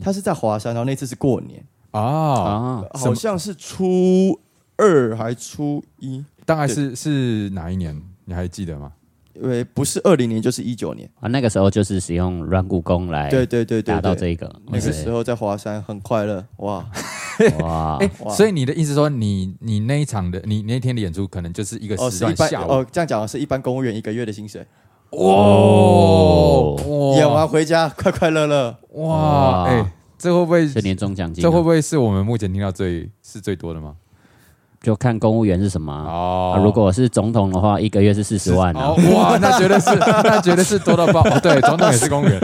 [SPEAKER 3] 他是在华山，然后那次是过年，
[SPEAKER 2] 哦，
[SPEAKER 1] 啊，
[SPEAKER 3] 好像是初二还初一，
[SPEAKER 2] 大概是是哪一年？你还记得吗？
[SPEAKER 3] 因为呃不是二零年就是一九年，
[SPEAKER 1] 啊，那个时候就是使用软骨功来
[SPEAKER 3] 对对对对
[SPEAKER 1] 哎达到
[SPEAKER 3] 对。
[SPEAKER 1] 这个。
[SPEAKER 3] 那个
[SPEAKER 1] OK
[SPEAKER 3] 时候在华山很快乐哇，
[SPEAKER 1] 哇
[SPEAKER 2] 哎，
[SPEAKER 3] 哇
[SPEAKER 2] 所以你的意思说，你你那一场的你那一天的演出，可能就是一个
[SPEAKER 3] 哦
[SPEAKER 2] 时
[SPEAKER 3] 是一
[SPEAKER 2] 段
[SPEAKER 3] 般
[SPEAKER 2] 下午
[SPEAKER 3] 哦这样讲是一般公务员一个月的薪水，
[SPEAKER 2] 哦，
[SPEAKER 3] 演完回家快快乐乐，
[SPEAKER 2] 哇，
[SPEAKER 1] 哇
[SPEAKER 2] 哎，这会不会
[SPEAKER 1] 这年终奖金啊，
[SPEAKER 2] 这会不会是我们目前听到最是最多的吗？
[SPEAKER 1] 就看公务员是什么啊？
[SPEAKER 2] 哦
[SPEAKER 1] 啊如果是总统的话，一个月是四十万啊
[SPEAKER 2] 哦，哇，那绝对是那绝对是多到爆。哦对，总统也是公务员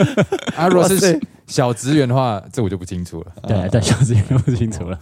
[SPEAKER 2] 啊。如果
[SPEAKER 3] 哇塞
[SPEAKER 2] 是小职员的话，这我就不清楚了。
[SPEAKER 3] 哦
[SPEAKER 1] 对，但小时也弄不清楚了。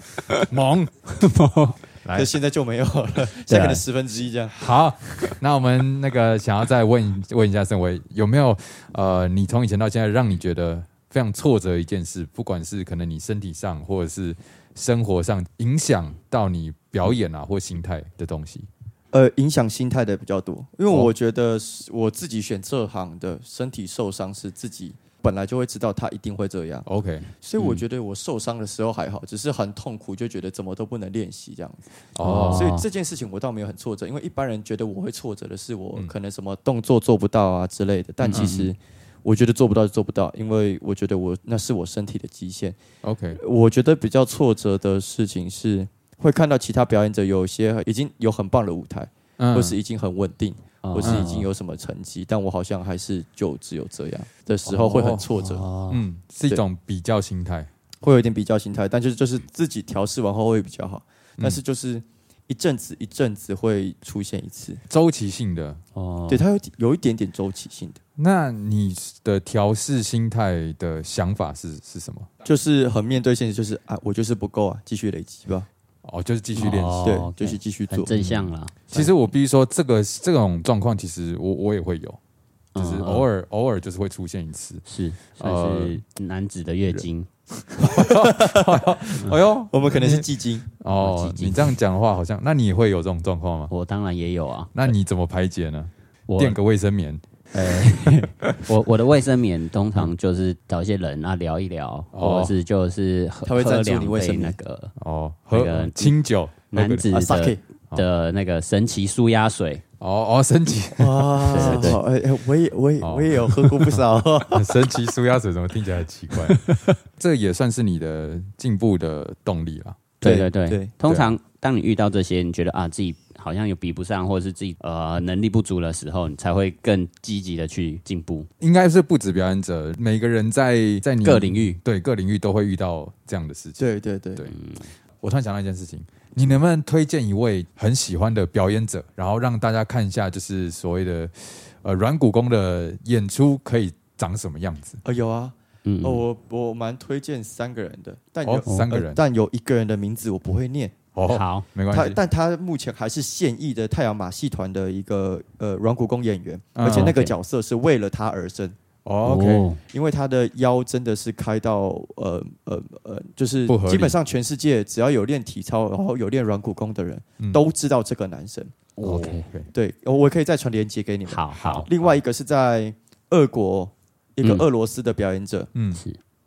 [SPEAKER 2] 萌，
[SPEAKER 1] 哎
[SPEAKER 2] 来
[SPEAKER 3] 可现在就没有了，
[SPEAKER 1] 啊
[SPEAKER 3] 现在可能十分之一这样。
[SPEAKER 2] 好，那我们那个想要再问问一下 盛维，有没有呃，你从以前到现在让你觉得非常挫折的一件事，不管是可能你身体上或者是生活上影响到你表演啊或心态的东西？
[SPEAKER 3] 呃，影响心态的比较多，因为
[SPEAKER 2] 哦
[SPEAKER 3] 我觉得是我自己选这行的，身体受伤是自己本来就会知道他一定会这样，
[SPEAKER 2] OK，
[SPEAKER 3] 所以我觉得我受伤的时候还好，只是很痛苦，就觉得怎么都不能练习这样子。
[SPEAKER 2] 哦，
[SPEAKER 3] 所以这件事情我倒没有很挫折，因为一般人觉得我会挫折的是我
[SPEAKER 2] 嗯
[SPEAKER 3] 可能什么动作做不到啊之类的，但其实我觉得做不到就做不到，因为我觉得我那是我身体的极限。
[SPEAKER 2] OK，
[SPEAKER 3] 我觉得比较挫折的事情是。会看到其他表演者有一些已经有很棒的舞台，
[SPEAKER 2] 嗯
[SPEAKER 3] 或是已经很稳定，
[SPEAKER 1] 哦嗯
[SPEAKER 3] 或是已经有什么成绩，但我好像还是就只有这样的时候会很挫折，
[SPEAKER 1] 哦，
[SPEAKER 2] 嗯，是一种比较心态。
[SPEAKER 3] 会有一点比较心态，但就是就是自己调试完后会比较好，
[SPEAKER 1] 嗯
[SPEAKER 3] 但是就是一阵子一阵子会出现一次，
[SPEAKER 2] 周期性的。
[SPEAKER 1] 哦
[SPEAKER 3] 对，它有有一点点周期性的，
[SPEAKER 2] 那你的调试心态的想法是是什么？
[SPEAKER 3] 就是很面对现实，就是啊，我就是不够啊，继续累积吧，
[SPEAKER 2] 哦，就是继续练习。
[SPEAKER 1] 哦
[SPEAKER 3] 对
[SPEAKER 1] OK
[SPEAKER 3] 就是继续做
[SPEAKER 1] 很正向啦。
[SPEAKER 3] 嗯
[SPEAKER 2] 其实我必须说，这个这种状况，其实我我也会有，就是
[SPEAKER 1] 嗯
[SPEAKER 2] 偶尔、偶尔就是会出现一次。
[SPEAKER 1] 是
[SPEAKER 3] 呃
[SPEAKER 1] 算是男子的月经，嗯
[SPEAKER 2] 哎呦，
[SPEAKER 3] 我们可能是基金，
[SPEAKER 2] 哦
[SPEAKER 1] 几，斤
[SPEAKER 2] 你这样讲的话，好像那你也会有这种状况
[SPEAKER 3] 哦
[SPEAKER 2] 吗？
[SPEAKER 1] 我当然也有啊。
[SPEAKER 2] 那你怎么排解呢？
[SPEAKER 1] 我呃
[SPEAKER 2] 垫个卫生棉
[SPEAKER 1] 我我的卫生棉通常就是找一些人啊聊一聊，
[SPEAKER 2] 哦
[SPEAKER 1] 或者是就是喝
[SPEAKER 3] 他会赞
[SPEAKER 1] 喝
[SPEAKER 3] 助你
[SPEAKER 1] 两
[SPEAKER 3] 卫生
[SPEAKER 1] 杯
[SPEAKER 3] 棉
[SPEAKER 1] 那个
[SPEAKER 2] 哦，
[SPEAKER 1] 那
[SPEAKER 2] 喝
[SPEAKER 1] 个
[SPEAKER 2] 清酒，喝
[SPEAKER 1] 男
[SPEAKER 2] 个
[SPEAKER 1] 子
[SPEAKER 3] 啊，sake
[SPEAKER 1] 的的那个神奇舒压水，
[SPEAKER 2] 哦哦，神 奇
[SPEAKER 3] 哇
[SPEAKER 1] 对对对
[SPEAKER 3] 好哎哎，我也我也
[SPEAKER 2] 哦
[SPEAKER 3] 我也有喝过不少，
[SPEAKER 2] 神奇苏压水怎么听起来很奇怪？这也算是你的进步的动力啦。
[SPEAKER 1] 对
[SPEAKER 3] 对
[SPEAKER 1] 对对，
[SPEAKER 3] 对
[SPEAKER 1] 通常当你遇到这些，你觉得啊自己好像有比不上，或者是自己呃能力不足的时候，你才会更积极的去进步
[SPEAKER 2] 应该是不止表演者，每个人在在你
[SPEAKER 1] 各领域。
[SPEAKER 2] 对各领域都会遇到这样的事情。
[SPEAKER 3] 对对对
[SPEAKER 2] 对我突然想到一件事情，你能不能推荐一位很喜欢的表演者，然后让大家看一下，就是所谓的呃软骨功的演出可以长什么样子？
[SPEAKER 3] 哦有啊，
[SPEAKER 1] 嗯，
[SPEAKER 3] 哦，我我蛮推荐三个人的，但有、
[SPEAKER 2] 哦，三个
[SPEAKER 3] 呃
[SPEAKER 2] 人
[SPEAKER 3] 但有一个人的名字我不会念，
[SPEAKER 2] 哦，
[SPEAKER 1] 好，
[SPEAKER 2] 没
[SPEAKER 3] 呃他
[SPEAKER 2] 关系。
[SPEAKER 3] 但他目前还是现役的太阳马戏团的一个呃软骨功演员，
[SPEAKER 2] 嗯
[SPEAKER 3] 而且那个
[SPEAKER 1] OK
[SPEAKER 3] 角色是为了他而生，
[SPEAKER 2] 哦 OK，
[SPEAKER 3] 因为他的腰真的是开到呃呃呃，就是
[SPEAKER 2] 不合理
[SPEAKER 3] 基本上全世界只要有练体操然后有练软骨功的人、
[SPEAKER 2] 嗯
[SPEAKER 3] 都知道这个男生。
[SPEAKER 2] 哦
[SPEAKER 1] OK
[SPEAKER 3] 对，我我可以再传链接给你们。
[SPEAKER 1] 好好，
[SPEAKER 3] 另外一个是在俄国一个
[SPEAKER 1] 嗯
[SPEAKER 3] 俄罗斯的表演者，
[SPEAKER 2] 嗯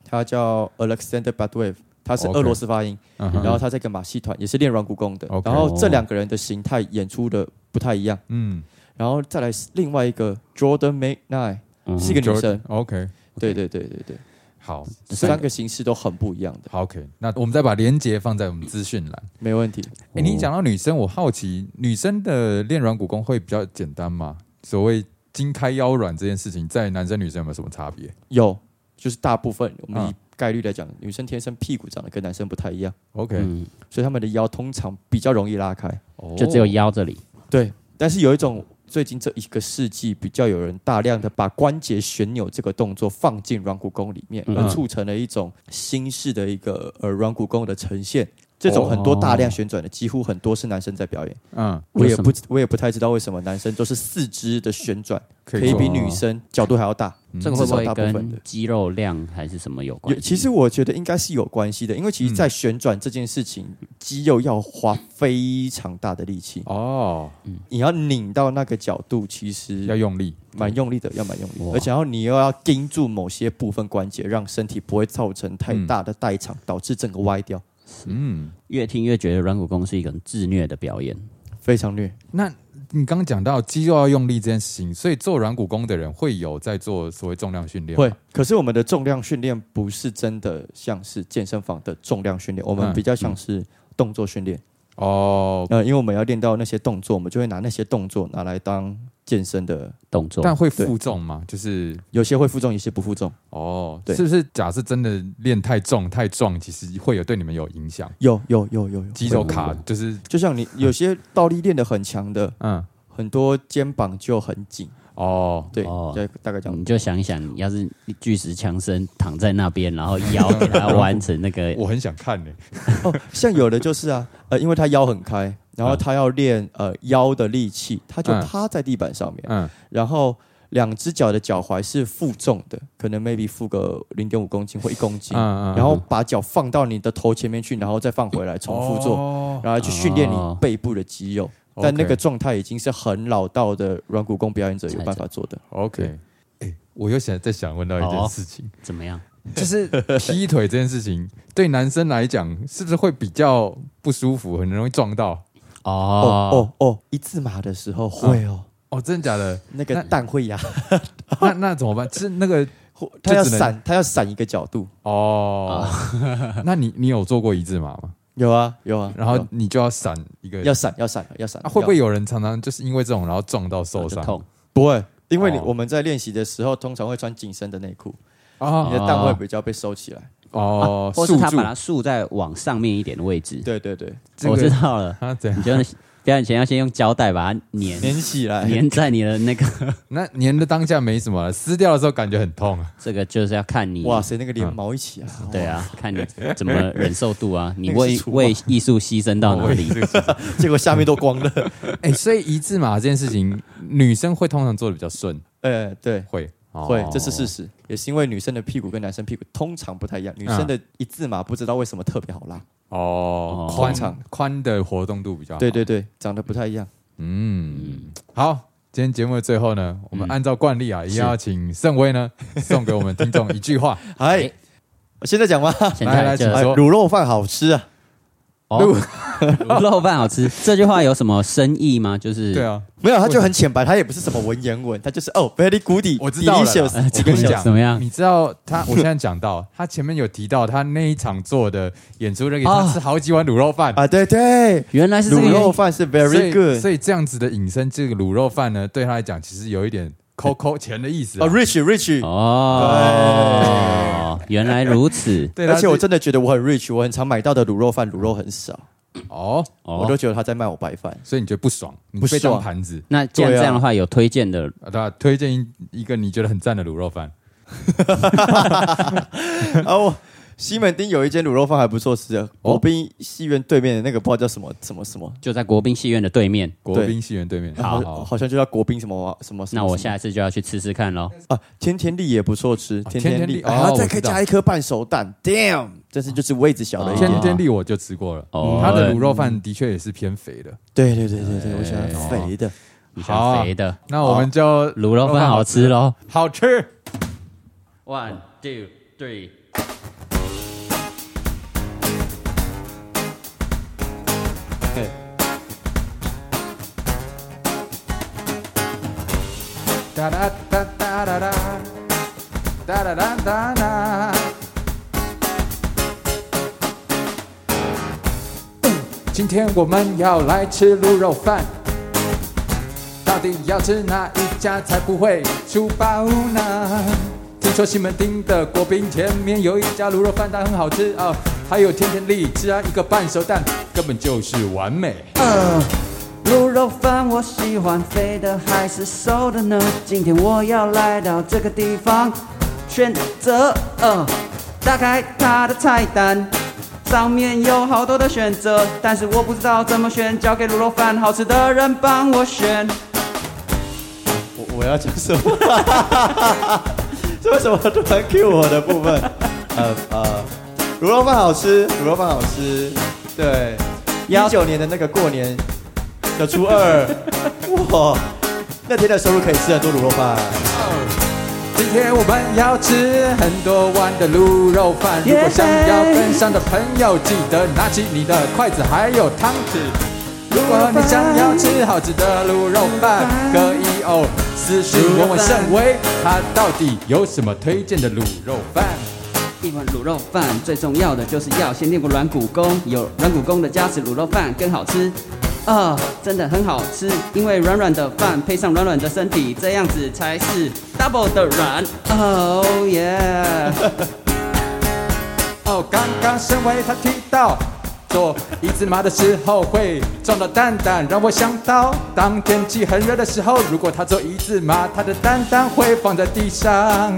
[SPEAKER 3] 他叫 Alexander Badwev，他是俄罗斯发音，
[SPEAKER 2] 嗯
[SPEAKER 3] 然
[SPEAKER 2] 哼，
[SPEAKER 3] 后他在一个马戏团也是练软骨功的。
[SPEAKER 2] OK 哦
[SPEAKER 3] 然后这两个人的形态演出的不太一样。
[SPEAKER 2] 嗯，
[SPEAKER 3] 然后再来是另外一个 Jordan McKnight
[SPEAKER 1] 嗯
[SPEAKER 3] 是一个女
[SPEAKER 2] Jordan-
[SPEAKER 3] 生，
[SPEAKER 2] OK，
[SPEAKER 3] 对对对对对，
[SPEAKER 2] 好，所以
[SPEAKER 3] 三个形式都很不一样的，
[SPEAKER 2] 好 OK，那我们再把连接放在我们资讯栏。
[SPEAKER 3] 没问题。
[SPEAKER 2] 哎、你讲到女生，我好奇女生的练软骨功会比较简单吗？所谓筋开腰软这件事情，在男生女生有没有什么差别
[SPEAKER 3] 有，就是大部分我们
[SPEAKER 2] 嗯
[SPEAKER 3] 以概率来讲，女生天生屁股长得跟男生不太一样，
[SPEAKER 2] ？OK，、
[SPEAKER 1] 嗯，
[SPEAKER 3] 所以她们的腰通常比较容易拉开。
[SPEAKER 2] 哦
[SPEAKER 1] 就只有腰这里，
[SPEAKER 3] 对，但是有一种最近这一个世纪比较有人大量的把关节旋钮这个动作放进软骨功里面，
[SPEAKER 1] 嗯
[SPEAKER 3] 而促成了一种新式的一个呃软骨功的呈现。这种很多大量旋转的，几乎很多是男生在表演。
[SPEAKER 2] 嗯，
[SPEAKER 3] 我也
[SPEAKER 1] 哦为什
[SPEAKER 3] 不
[SPEAKER 1] 么
[SPEAKER 3] 我也不太知道为什么男生都是四肢的旋转
[SPEAKER 2] 可
[SPEAKER 3] 可
[SPEAKER 2] 以
[SPEAKER 3] 以
[SPEAKER 2] 做
[SPEAKER 3] 比女
[SPEAKER 1] 哦
[SPEAKER 3] 生角度还要大。
[SPEAKER 2] 嗯
[SPEAKER 1] 这个会不
[SPEAKER 3] 至
[SPEAKER 1] 会
[SPEAKER 3] 少大部分的
[SPEAKER 1] 跟肌肉量还是什么有
[SPEAKER 3] 有
[SPEAKER 1] 关系？
[SPEAKER 3] 其实我觉得应该是有关系的，因为其实，在旋转这件事情，
[SPEAKER 1] 嗯
[SPEAKER 3] 肌肉要花非常大的力气，
[SPEAKER 2] 哦，
[SPEAKER 3] 你要拧到那个角度，其实
[SPEAKER 2] 要用力，
[SPEAKER 3] 蛮用力的，要蛮用力的，
[SPEAKER 1] 哇
[SPEAKER 3] 而且要你又要盯住某些部分关节，让身体不会造成太大的代偿，导致整个歪掉，
[SPEAKER 2] 嗯。
[SPEAKER 1] 越听越觉得软骨功是一个很自虐的表演。
[SPEAKER 3] 非常虐。
[SPEAKER 2] 那你刚刚讲到肌肉要用力这件事情，所以做软骨功的人会有在做所谓重量训练吗，
[SPEAKER 3] 会，可是我们的重量训练不是真的像是健身房的重量训练，我们
[SPEAKER 2] 嗯
[SPEAKER 3] 比较像是动作训练。
[SPEAKER 2] 哦，
[SPEAKER 3] 呃，因为我们要练到那些动作，我们就会拿那些动作拿来当健身的，
[SPEAKER 1] 动作，
[SPEAKER 2] 但会负重吗？就是
[SPEAKER 3] 有些会负重，有些不负重。
[SPEAKER 2] 哦，
[SPEAKER 3] 对
[SPEAKER 2] 是不是假设真的练太重太壮，其实会有对你们有影响，
[SPEAKER 3] 有有有有有，嗯
[SPEAKER 2] 肌肉卡就是
[SPEAKER 3] 就像你有些倒立练得很强的，
[SPEAKER 2] 嗯
[SPEAKER 3] 很多肩膀就很紧，
[SPEAKER 2] 哦，
[SPEAKER 3] 对，
[SPEAKER 1] 哦
[SPEAKER 3] 就大概这样
[SPEAKER 1] 你。就想一想，要是巨石强森躺在那边，然后腰给他弯成那个
[SPEAKER 2] 我很想看呢、
[SPEAKER 3] 哦，像有的就 是啊，呃，因为他腰很开，然后
[SPEAKER 2] 嗯
[SPEAKER 3] 他要练呃腰的力气，他就
[SPEAKER 2] 嗯
[SPEAKER 3] 趴在地板上面，
[SPEAKER 2] 嗯
[SPEAKER 3] 然后两只脚的脚踝是负重的，可能 maybe 负个零点五公斤或一公斤，
[SPEAKER 2] 嗯
[SPEAKER 3] 然后把脚放到你的头前面去，然后再放回来，重复做，然后去训练你
[SPEAKER 1] 哦
[SPEAKER 3] 背部的肌肉。
[SPEAKER 2] 哦 OK
[SPEAKER 3] 但那个状态已经是很老道的软骨功表演者有办法做的。
[SPEAKER 2] OK，哎、我又想再想问到一件事情，
[SPEAKER 1] 怎么样？
[SPEAKER 2] 就是劈腿这件事情，对男生来讲是不是会比较不舒服，很容易撞到？
[SPEAKER 1] 哦
[SPEAKER 3] 哦哦哦，一字马的时候会哦，
[SPEAKER 2] 哦，真的假 的？
[SPEAKER 3] 那个
[SPEAKER 2] 那
[SPEAKER 3] 蛋会压，
[SPEAKER 2] 那那怎么办？是那个
[SPEAKER 3] 或他要
[SPEAKER 2] 只能
[SPEAKER 3] 闪，他要闪一个角度。
[SPEAKER 2] 哦， 那你你有做过一字马吗？
[SPEAKER 3] 有啊有啊，
[SPEAKER 2] 然后
[SPEAKER 3] 有
[SPEAKER 2] 你就要闪一个，
[SPEAKER 3] 要闪要闪要闪、
[SPEAKER 2] 啊、会不会
[SPEAKER 3] 要
[SPEAKER 2] 有人常常就是因为这种然后撞到受
[SPEAKER 1] 就
[SPEAKER 2] 伤
[SPEAKER 1] 痛
[SPEAKER 3] 不会？因为你、
[SPEAKER 2] 哦
[SPEAKER 3] 我们在练习的时候，通常会穿紧身的内裤，
[SPEAKER 2] 啊
[SPEAKER 3] 你的蛋会比较被收起来。
[SPEAKER 2] 哦，
[SPEAKER 3] 啊
[SPEAKER 1] 或是
[SPEAKER 2] 束
[SPEAKER 1] 他
[SPEAKER 2] 住
[SPEAKER 1] 把它竖在往上面一点的位置。
[SPEAKER 3] 对对对，
[SPEAKER 2] 这
[SPEAKER 1] 我知
[SPEAKER 2] 个
[SPEAKER 1] 道了，
[SPEAKER 2] 啊，这
[SPEAKER 1] 你
[SPEAKER 2] 样
[SPEAKER 1] 就表演前要先用胶带把它粘
[SPEAKER 3] 粘起来。
[SPEAKER 1] 粘在你的那个，
[SPEAKER 2] 那粘的当下没什么，撕掉的时候感觉很痛 啊。
[SPEAKER 1] 这个就是要看你
[SPEAKER 3] 哇塞，那个
[SPEAKER 2] 嗯
[SPEAKER 3] 连毛一起 啊！
[SPEAKER 1] 对啊，看你怎么忍受度啊，你
[SPEAKER 3] 那个是
[SPEAKER 1] 为
[SPEAKER 3] 厨
[SPEAKER 1] 为艺术牺牲到哪里？
[SPEAKER 3] 结果下面都光了。
[SPEAKER 2] 哎、所以一字马这件事情，女生会通常做的比较顺，
[SPEAKER 3] 呃，对，
[SPEAKER 2] 会哦
[SPEAKER 3] 会，这是事实。也是因为女生的屁股跟男生屁股通常不太一样，
[SPEAKER 2] 嗯
[SPEAKER 3] 女生的一字马不知道为什么特别好拉。
[SPEAKER 2] 哦，
[SPEAKER 1] 哦
[SPEAKER 2] 宽
[SPEAKER 3] 通常
[SPEAKER 2] 宽的活动度比较好。
[SPEAKER 3] 对对对，长得不太一样。
[SPEAKER 2] 嗯，好，今天节目的最后呢，我们
[SPEAKER 1] 嗯
[SPEAKER 2] 按照惯例啊，一定要请盛威呢送给我们听众一句话。
[SPEAKER 3] 哎，我现在讲吗？
[SPEAKER 1] 现
[SPEAKER 2] 来来
[SPEAKER 1] 在就
[SPEAKER 2] 请
[SPEAKER 3] 哎
[SPEAKER 2] 说
[SPEAKER 3] 卤肉饭好吃啊！
[SPEAKER 1] 哦，卤肉饭好吃，这句话有什么深意吗？就是
[SPEAKER 2] 对，啊，
[SPEAKER 3] 没有，他就很浅白，他也不是什么文言文，他就是哦，very good，
[SPEAKER 2] 我知道了啦。
[SPEAKER 3] delicious
[SPEAKER 2] 我跟你讲，
[SPEAKER 1] 怎么样
[SPEAKER 2] 你知道他，我现在讲到他前面有提到他那一场做的演出，那个
[SPEAKER 1] 啊
[SPEAKER 2] 他吃好几碗卤肉饭。
[SPEAKER 3] 啊，对对，
[SPEAKER 1] 原来是这个
[SPEAKER 3] 卤
[SPEAKER 1] 原因
[SPEAKER 3] 肉饭是
[SPEAKER 2] 所
[SPEAKER 3] very
[SPEAKER 2] 以
[SPEAKER 3] good
[SPEAKER 2] 所以这样子的引申，这个卤肉饭呢，对他来讲其实有一点抠抠钱的意思啊、
[SPEAKER 3] 啊，rich rich，
[SPEAKER 1] 哦，原来如此
[SPEAKER 2] 对，
[SPEAKER 3] 而且我
[SPEAKER 2] 这
[SPEAKER 3] 真的觉得我很 rich，我很常买到的卤肉饭卤肉很少，
[SPEAKER 2] 哦，
[SPEAKER 3] 我
[SPEAKER 1] 哦
[SPEAKER 3] 都。觉得他在卖我白 饭。
[SPEAKER 2] 所以你觉得不爽，你
[SPEAKER 3] 不
[SPEAKER 2] 被当
[SPEAKER 3] 爽
[SPEAKER 2] 盘子，
[SPEAKER 1] 那既然
[SPEAKER 3] 对啊
[SPEAKER 1] 这样的话，有推荐的
[SPEAKER 2] 啊对吧、推荐一一个你觉得很赞的卤肉饭。
[SPEAKER 3] 啊，我西门町有一间卤肉饭还不错吃
[SPEAKER 2] 哦
[SPEAKER 3] 的，国宾戏院对面的那个不知道叫什么什么什么，
[SPEAKER 1] 就在国宾戏院的对面。
[SPEAKER 2] 国
[SPEAKER 3] 对
[SPEAKER 2] 宾戏园对面，
[SPEAKER 3] 好像好像就叫国宾什么什么什么。
[SPEAKER 1] 那我
[SPEAKER 3] 什么
[SPEAKER 1] 下一次就要去吃吃看喽。
[SPEAKER 3] 啊，天天利也不错吃，天
[SPEAKER 2] 天
[SPEAKER 3] 利，
[SPEAKER 2] 利
[SPEAKER 3] 然后
[SPEAKER 2] 哦
[SPEAKER 3] 再
[SPEAKER 2] 我
[SPEAKER 3] 可
[SPEAKER 2] 知
[SPEAKER 3] 以
[SPEAKER 2] 道哦
[SPEAKER 3] 加一颗半熟蛋，damn，但是就是位置小了一
[SPEAKER 2] 天
[SPEAKER 3] 点。
[SPEAKER 2] 天地我就吃过了，
[SPEAKER 1] 哦
[SPEAKER 2] 他的卤肉饭的确也是偏肥的。
[SPEAKER 3] 对对对对对，我喜欢肥的。
[SPEAKER 1] 你
[SPEAKER 2] 好啊
[SPEAKER 1] 想肥的
[SPEAKER 3] 哦
[SPEAKER 2] 那我们就
[SPEAKER 1] 卤肉饭好吃喽。
[SPEAKER 2] 好吃。
[SPEAKER 1] One, two, three。
[SPEAKER 3] 嘿
[SPEAKER 2] 哒哒哒哒哒哒，哒哒哒哒哒。今天我们要来吃卤肉饭，到底要吃哪一家才不会出包呢？听说西门町的国宾前面有一家卤肉饭，它很好吃啊、还有甜甜荔枝啊，一个半熟蛋，根本就是完美。
[SPEAKER 4] 呃卤肉饭，我喜欢肥的还是瘦的呢？今天我要来到这个地方，选择，呃，打开它的菜单，上面有好多的选择，但是我不知道怎么选，交给卤肉饭好吃的人帮我选。
[SPEAKER 3] 我我要讲什么？ 是为什么突然 Q 我的部分？呃呃，卤肉饭好吃，卤肉饭好吃。对，一九年的那个过年的初 二，哇，那天的收入可以吃很多卤肉饭。
[SPEAKER 2] 今天我们要吃很多碗的卤肉饭。如果想要分享的朋友，记得拿起你的筷子还有汤匙。如果你想要吃好吃的卤肉饭，可以哦私信问问盛威，他到底有什么推荐的卤肉饭？
[SPEAKER 4] 一碗卤肉饭最重要的就是要先练过软骨功，有软骨功的加持，卤肉饭更好吃。啊、真的很好吃，因为软软的饭配上软软的身体，这样子才是 double 的软。哦耶！
[SPEAKER 2] 哦，刚刚盛威他提到。做一字马的时候会撞到蛋蛋，让我想到当天气很热的时候，如果他做一字马，他的蛋蛋会放在地上，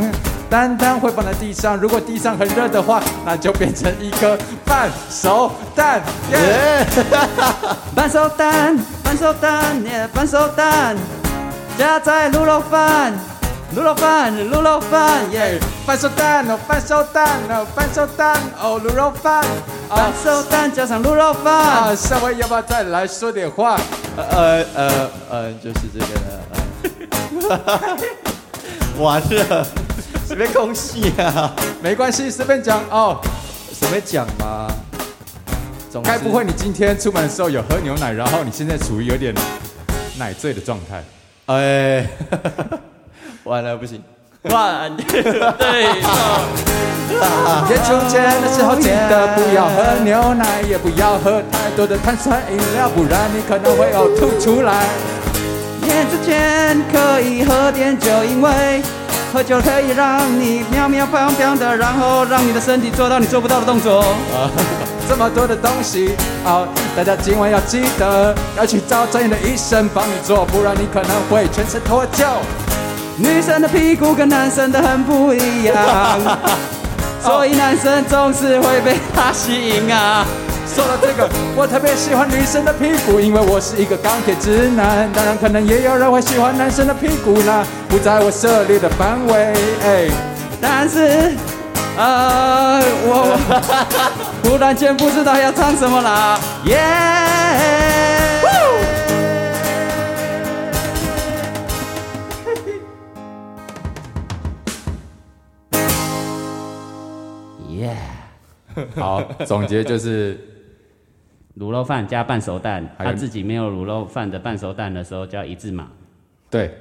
[SPEAKER 2] 蛋蛋会放在地上。如果地上很热的话，那就变成一颗半熟蛋。耶
[SPEAKER 4] 半熟蛋，半熟蛋，耶，半熟蛋，加在卤肉饭，卤肉饭，卤肉饭，耶、
[SPEAKER 2] 半熟蛋哦，半熟蛋哦，半熟蛋哦，卤肉饭
[SPEAKER 4] 半
[SPEAKER 2] 啊
[SPEAKER 4] 熟蛋加上卤肉饭，
[SPEAKER 2] 啊！稍微要不要再来说点话？
[SPEAKER 3] 呃呃呃，就是这个呢。呃、 完了，随便空气啊，
[SPEAKER 2] 没关系，随便讲哦。
[SPEAKER 3] 随便讲嘛。总之
[SPEAKER 2] 该不会你今天出门的时候有喝牛奶，然后你现在处于有点奶醉的状态？
[SPEAKER 3] 哎， 完了不行。
[SPEAKER 1] One, two, three。
[SPEAKER 2] 演出前的时候记得不要喝牛奶，也不要喝太多的碳酸饮料，不然你可能会呕吐出来。
[SPEAKER 4] 演之前可以喝点酒，因为喝酒可以让你喵喵喵喵的，然后让你的身体做到你做不到的动作。
[SPEAKER 2] 这么多的东西哦，大家今晚要记得要去找专业的医生帮你做，不然你可能会全身脱臼。
[SPEAKER 4] 女生的屁股跟男生的很不一样，所以男生总是会被它吸引啊。
[SPEAKER 2] 说到这 个，我特别喜欢女生的屁股，因为我是一个钢铁直男。当然，可能也有人会喜欢男生的屁股啦，不在我涉猎的范围。哎，
[SPEAKER 4] 但是，呃，我突然间不知道要唱什么了，耶、
[SPEAKER 1] 耶！
[SPEAKER 2] 好，总结就是
[SPEAKER 1] 卤肉饭加半熟蛋，
[SPEAKER 2] 还有
[SPEAKER 1] 他自己没有卤肉饭的半熟蛋的时候叫一字马。
[SPEAKER 2] 对，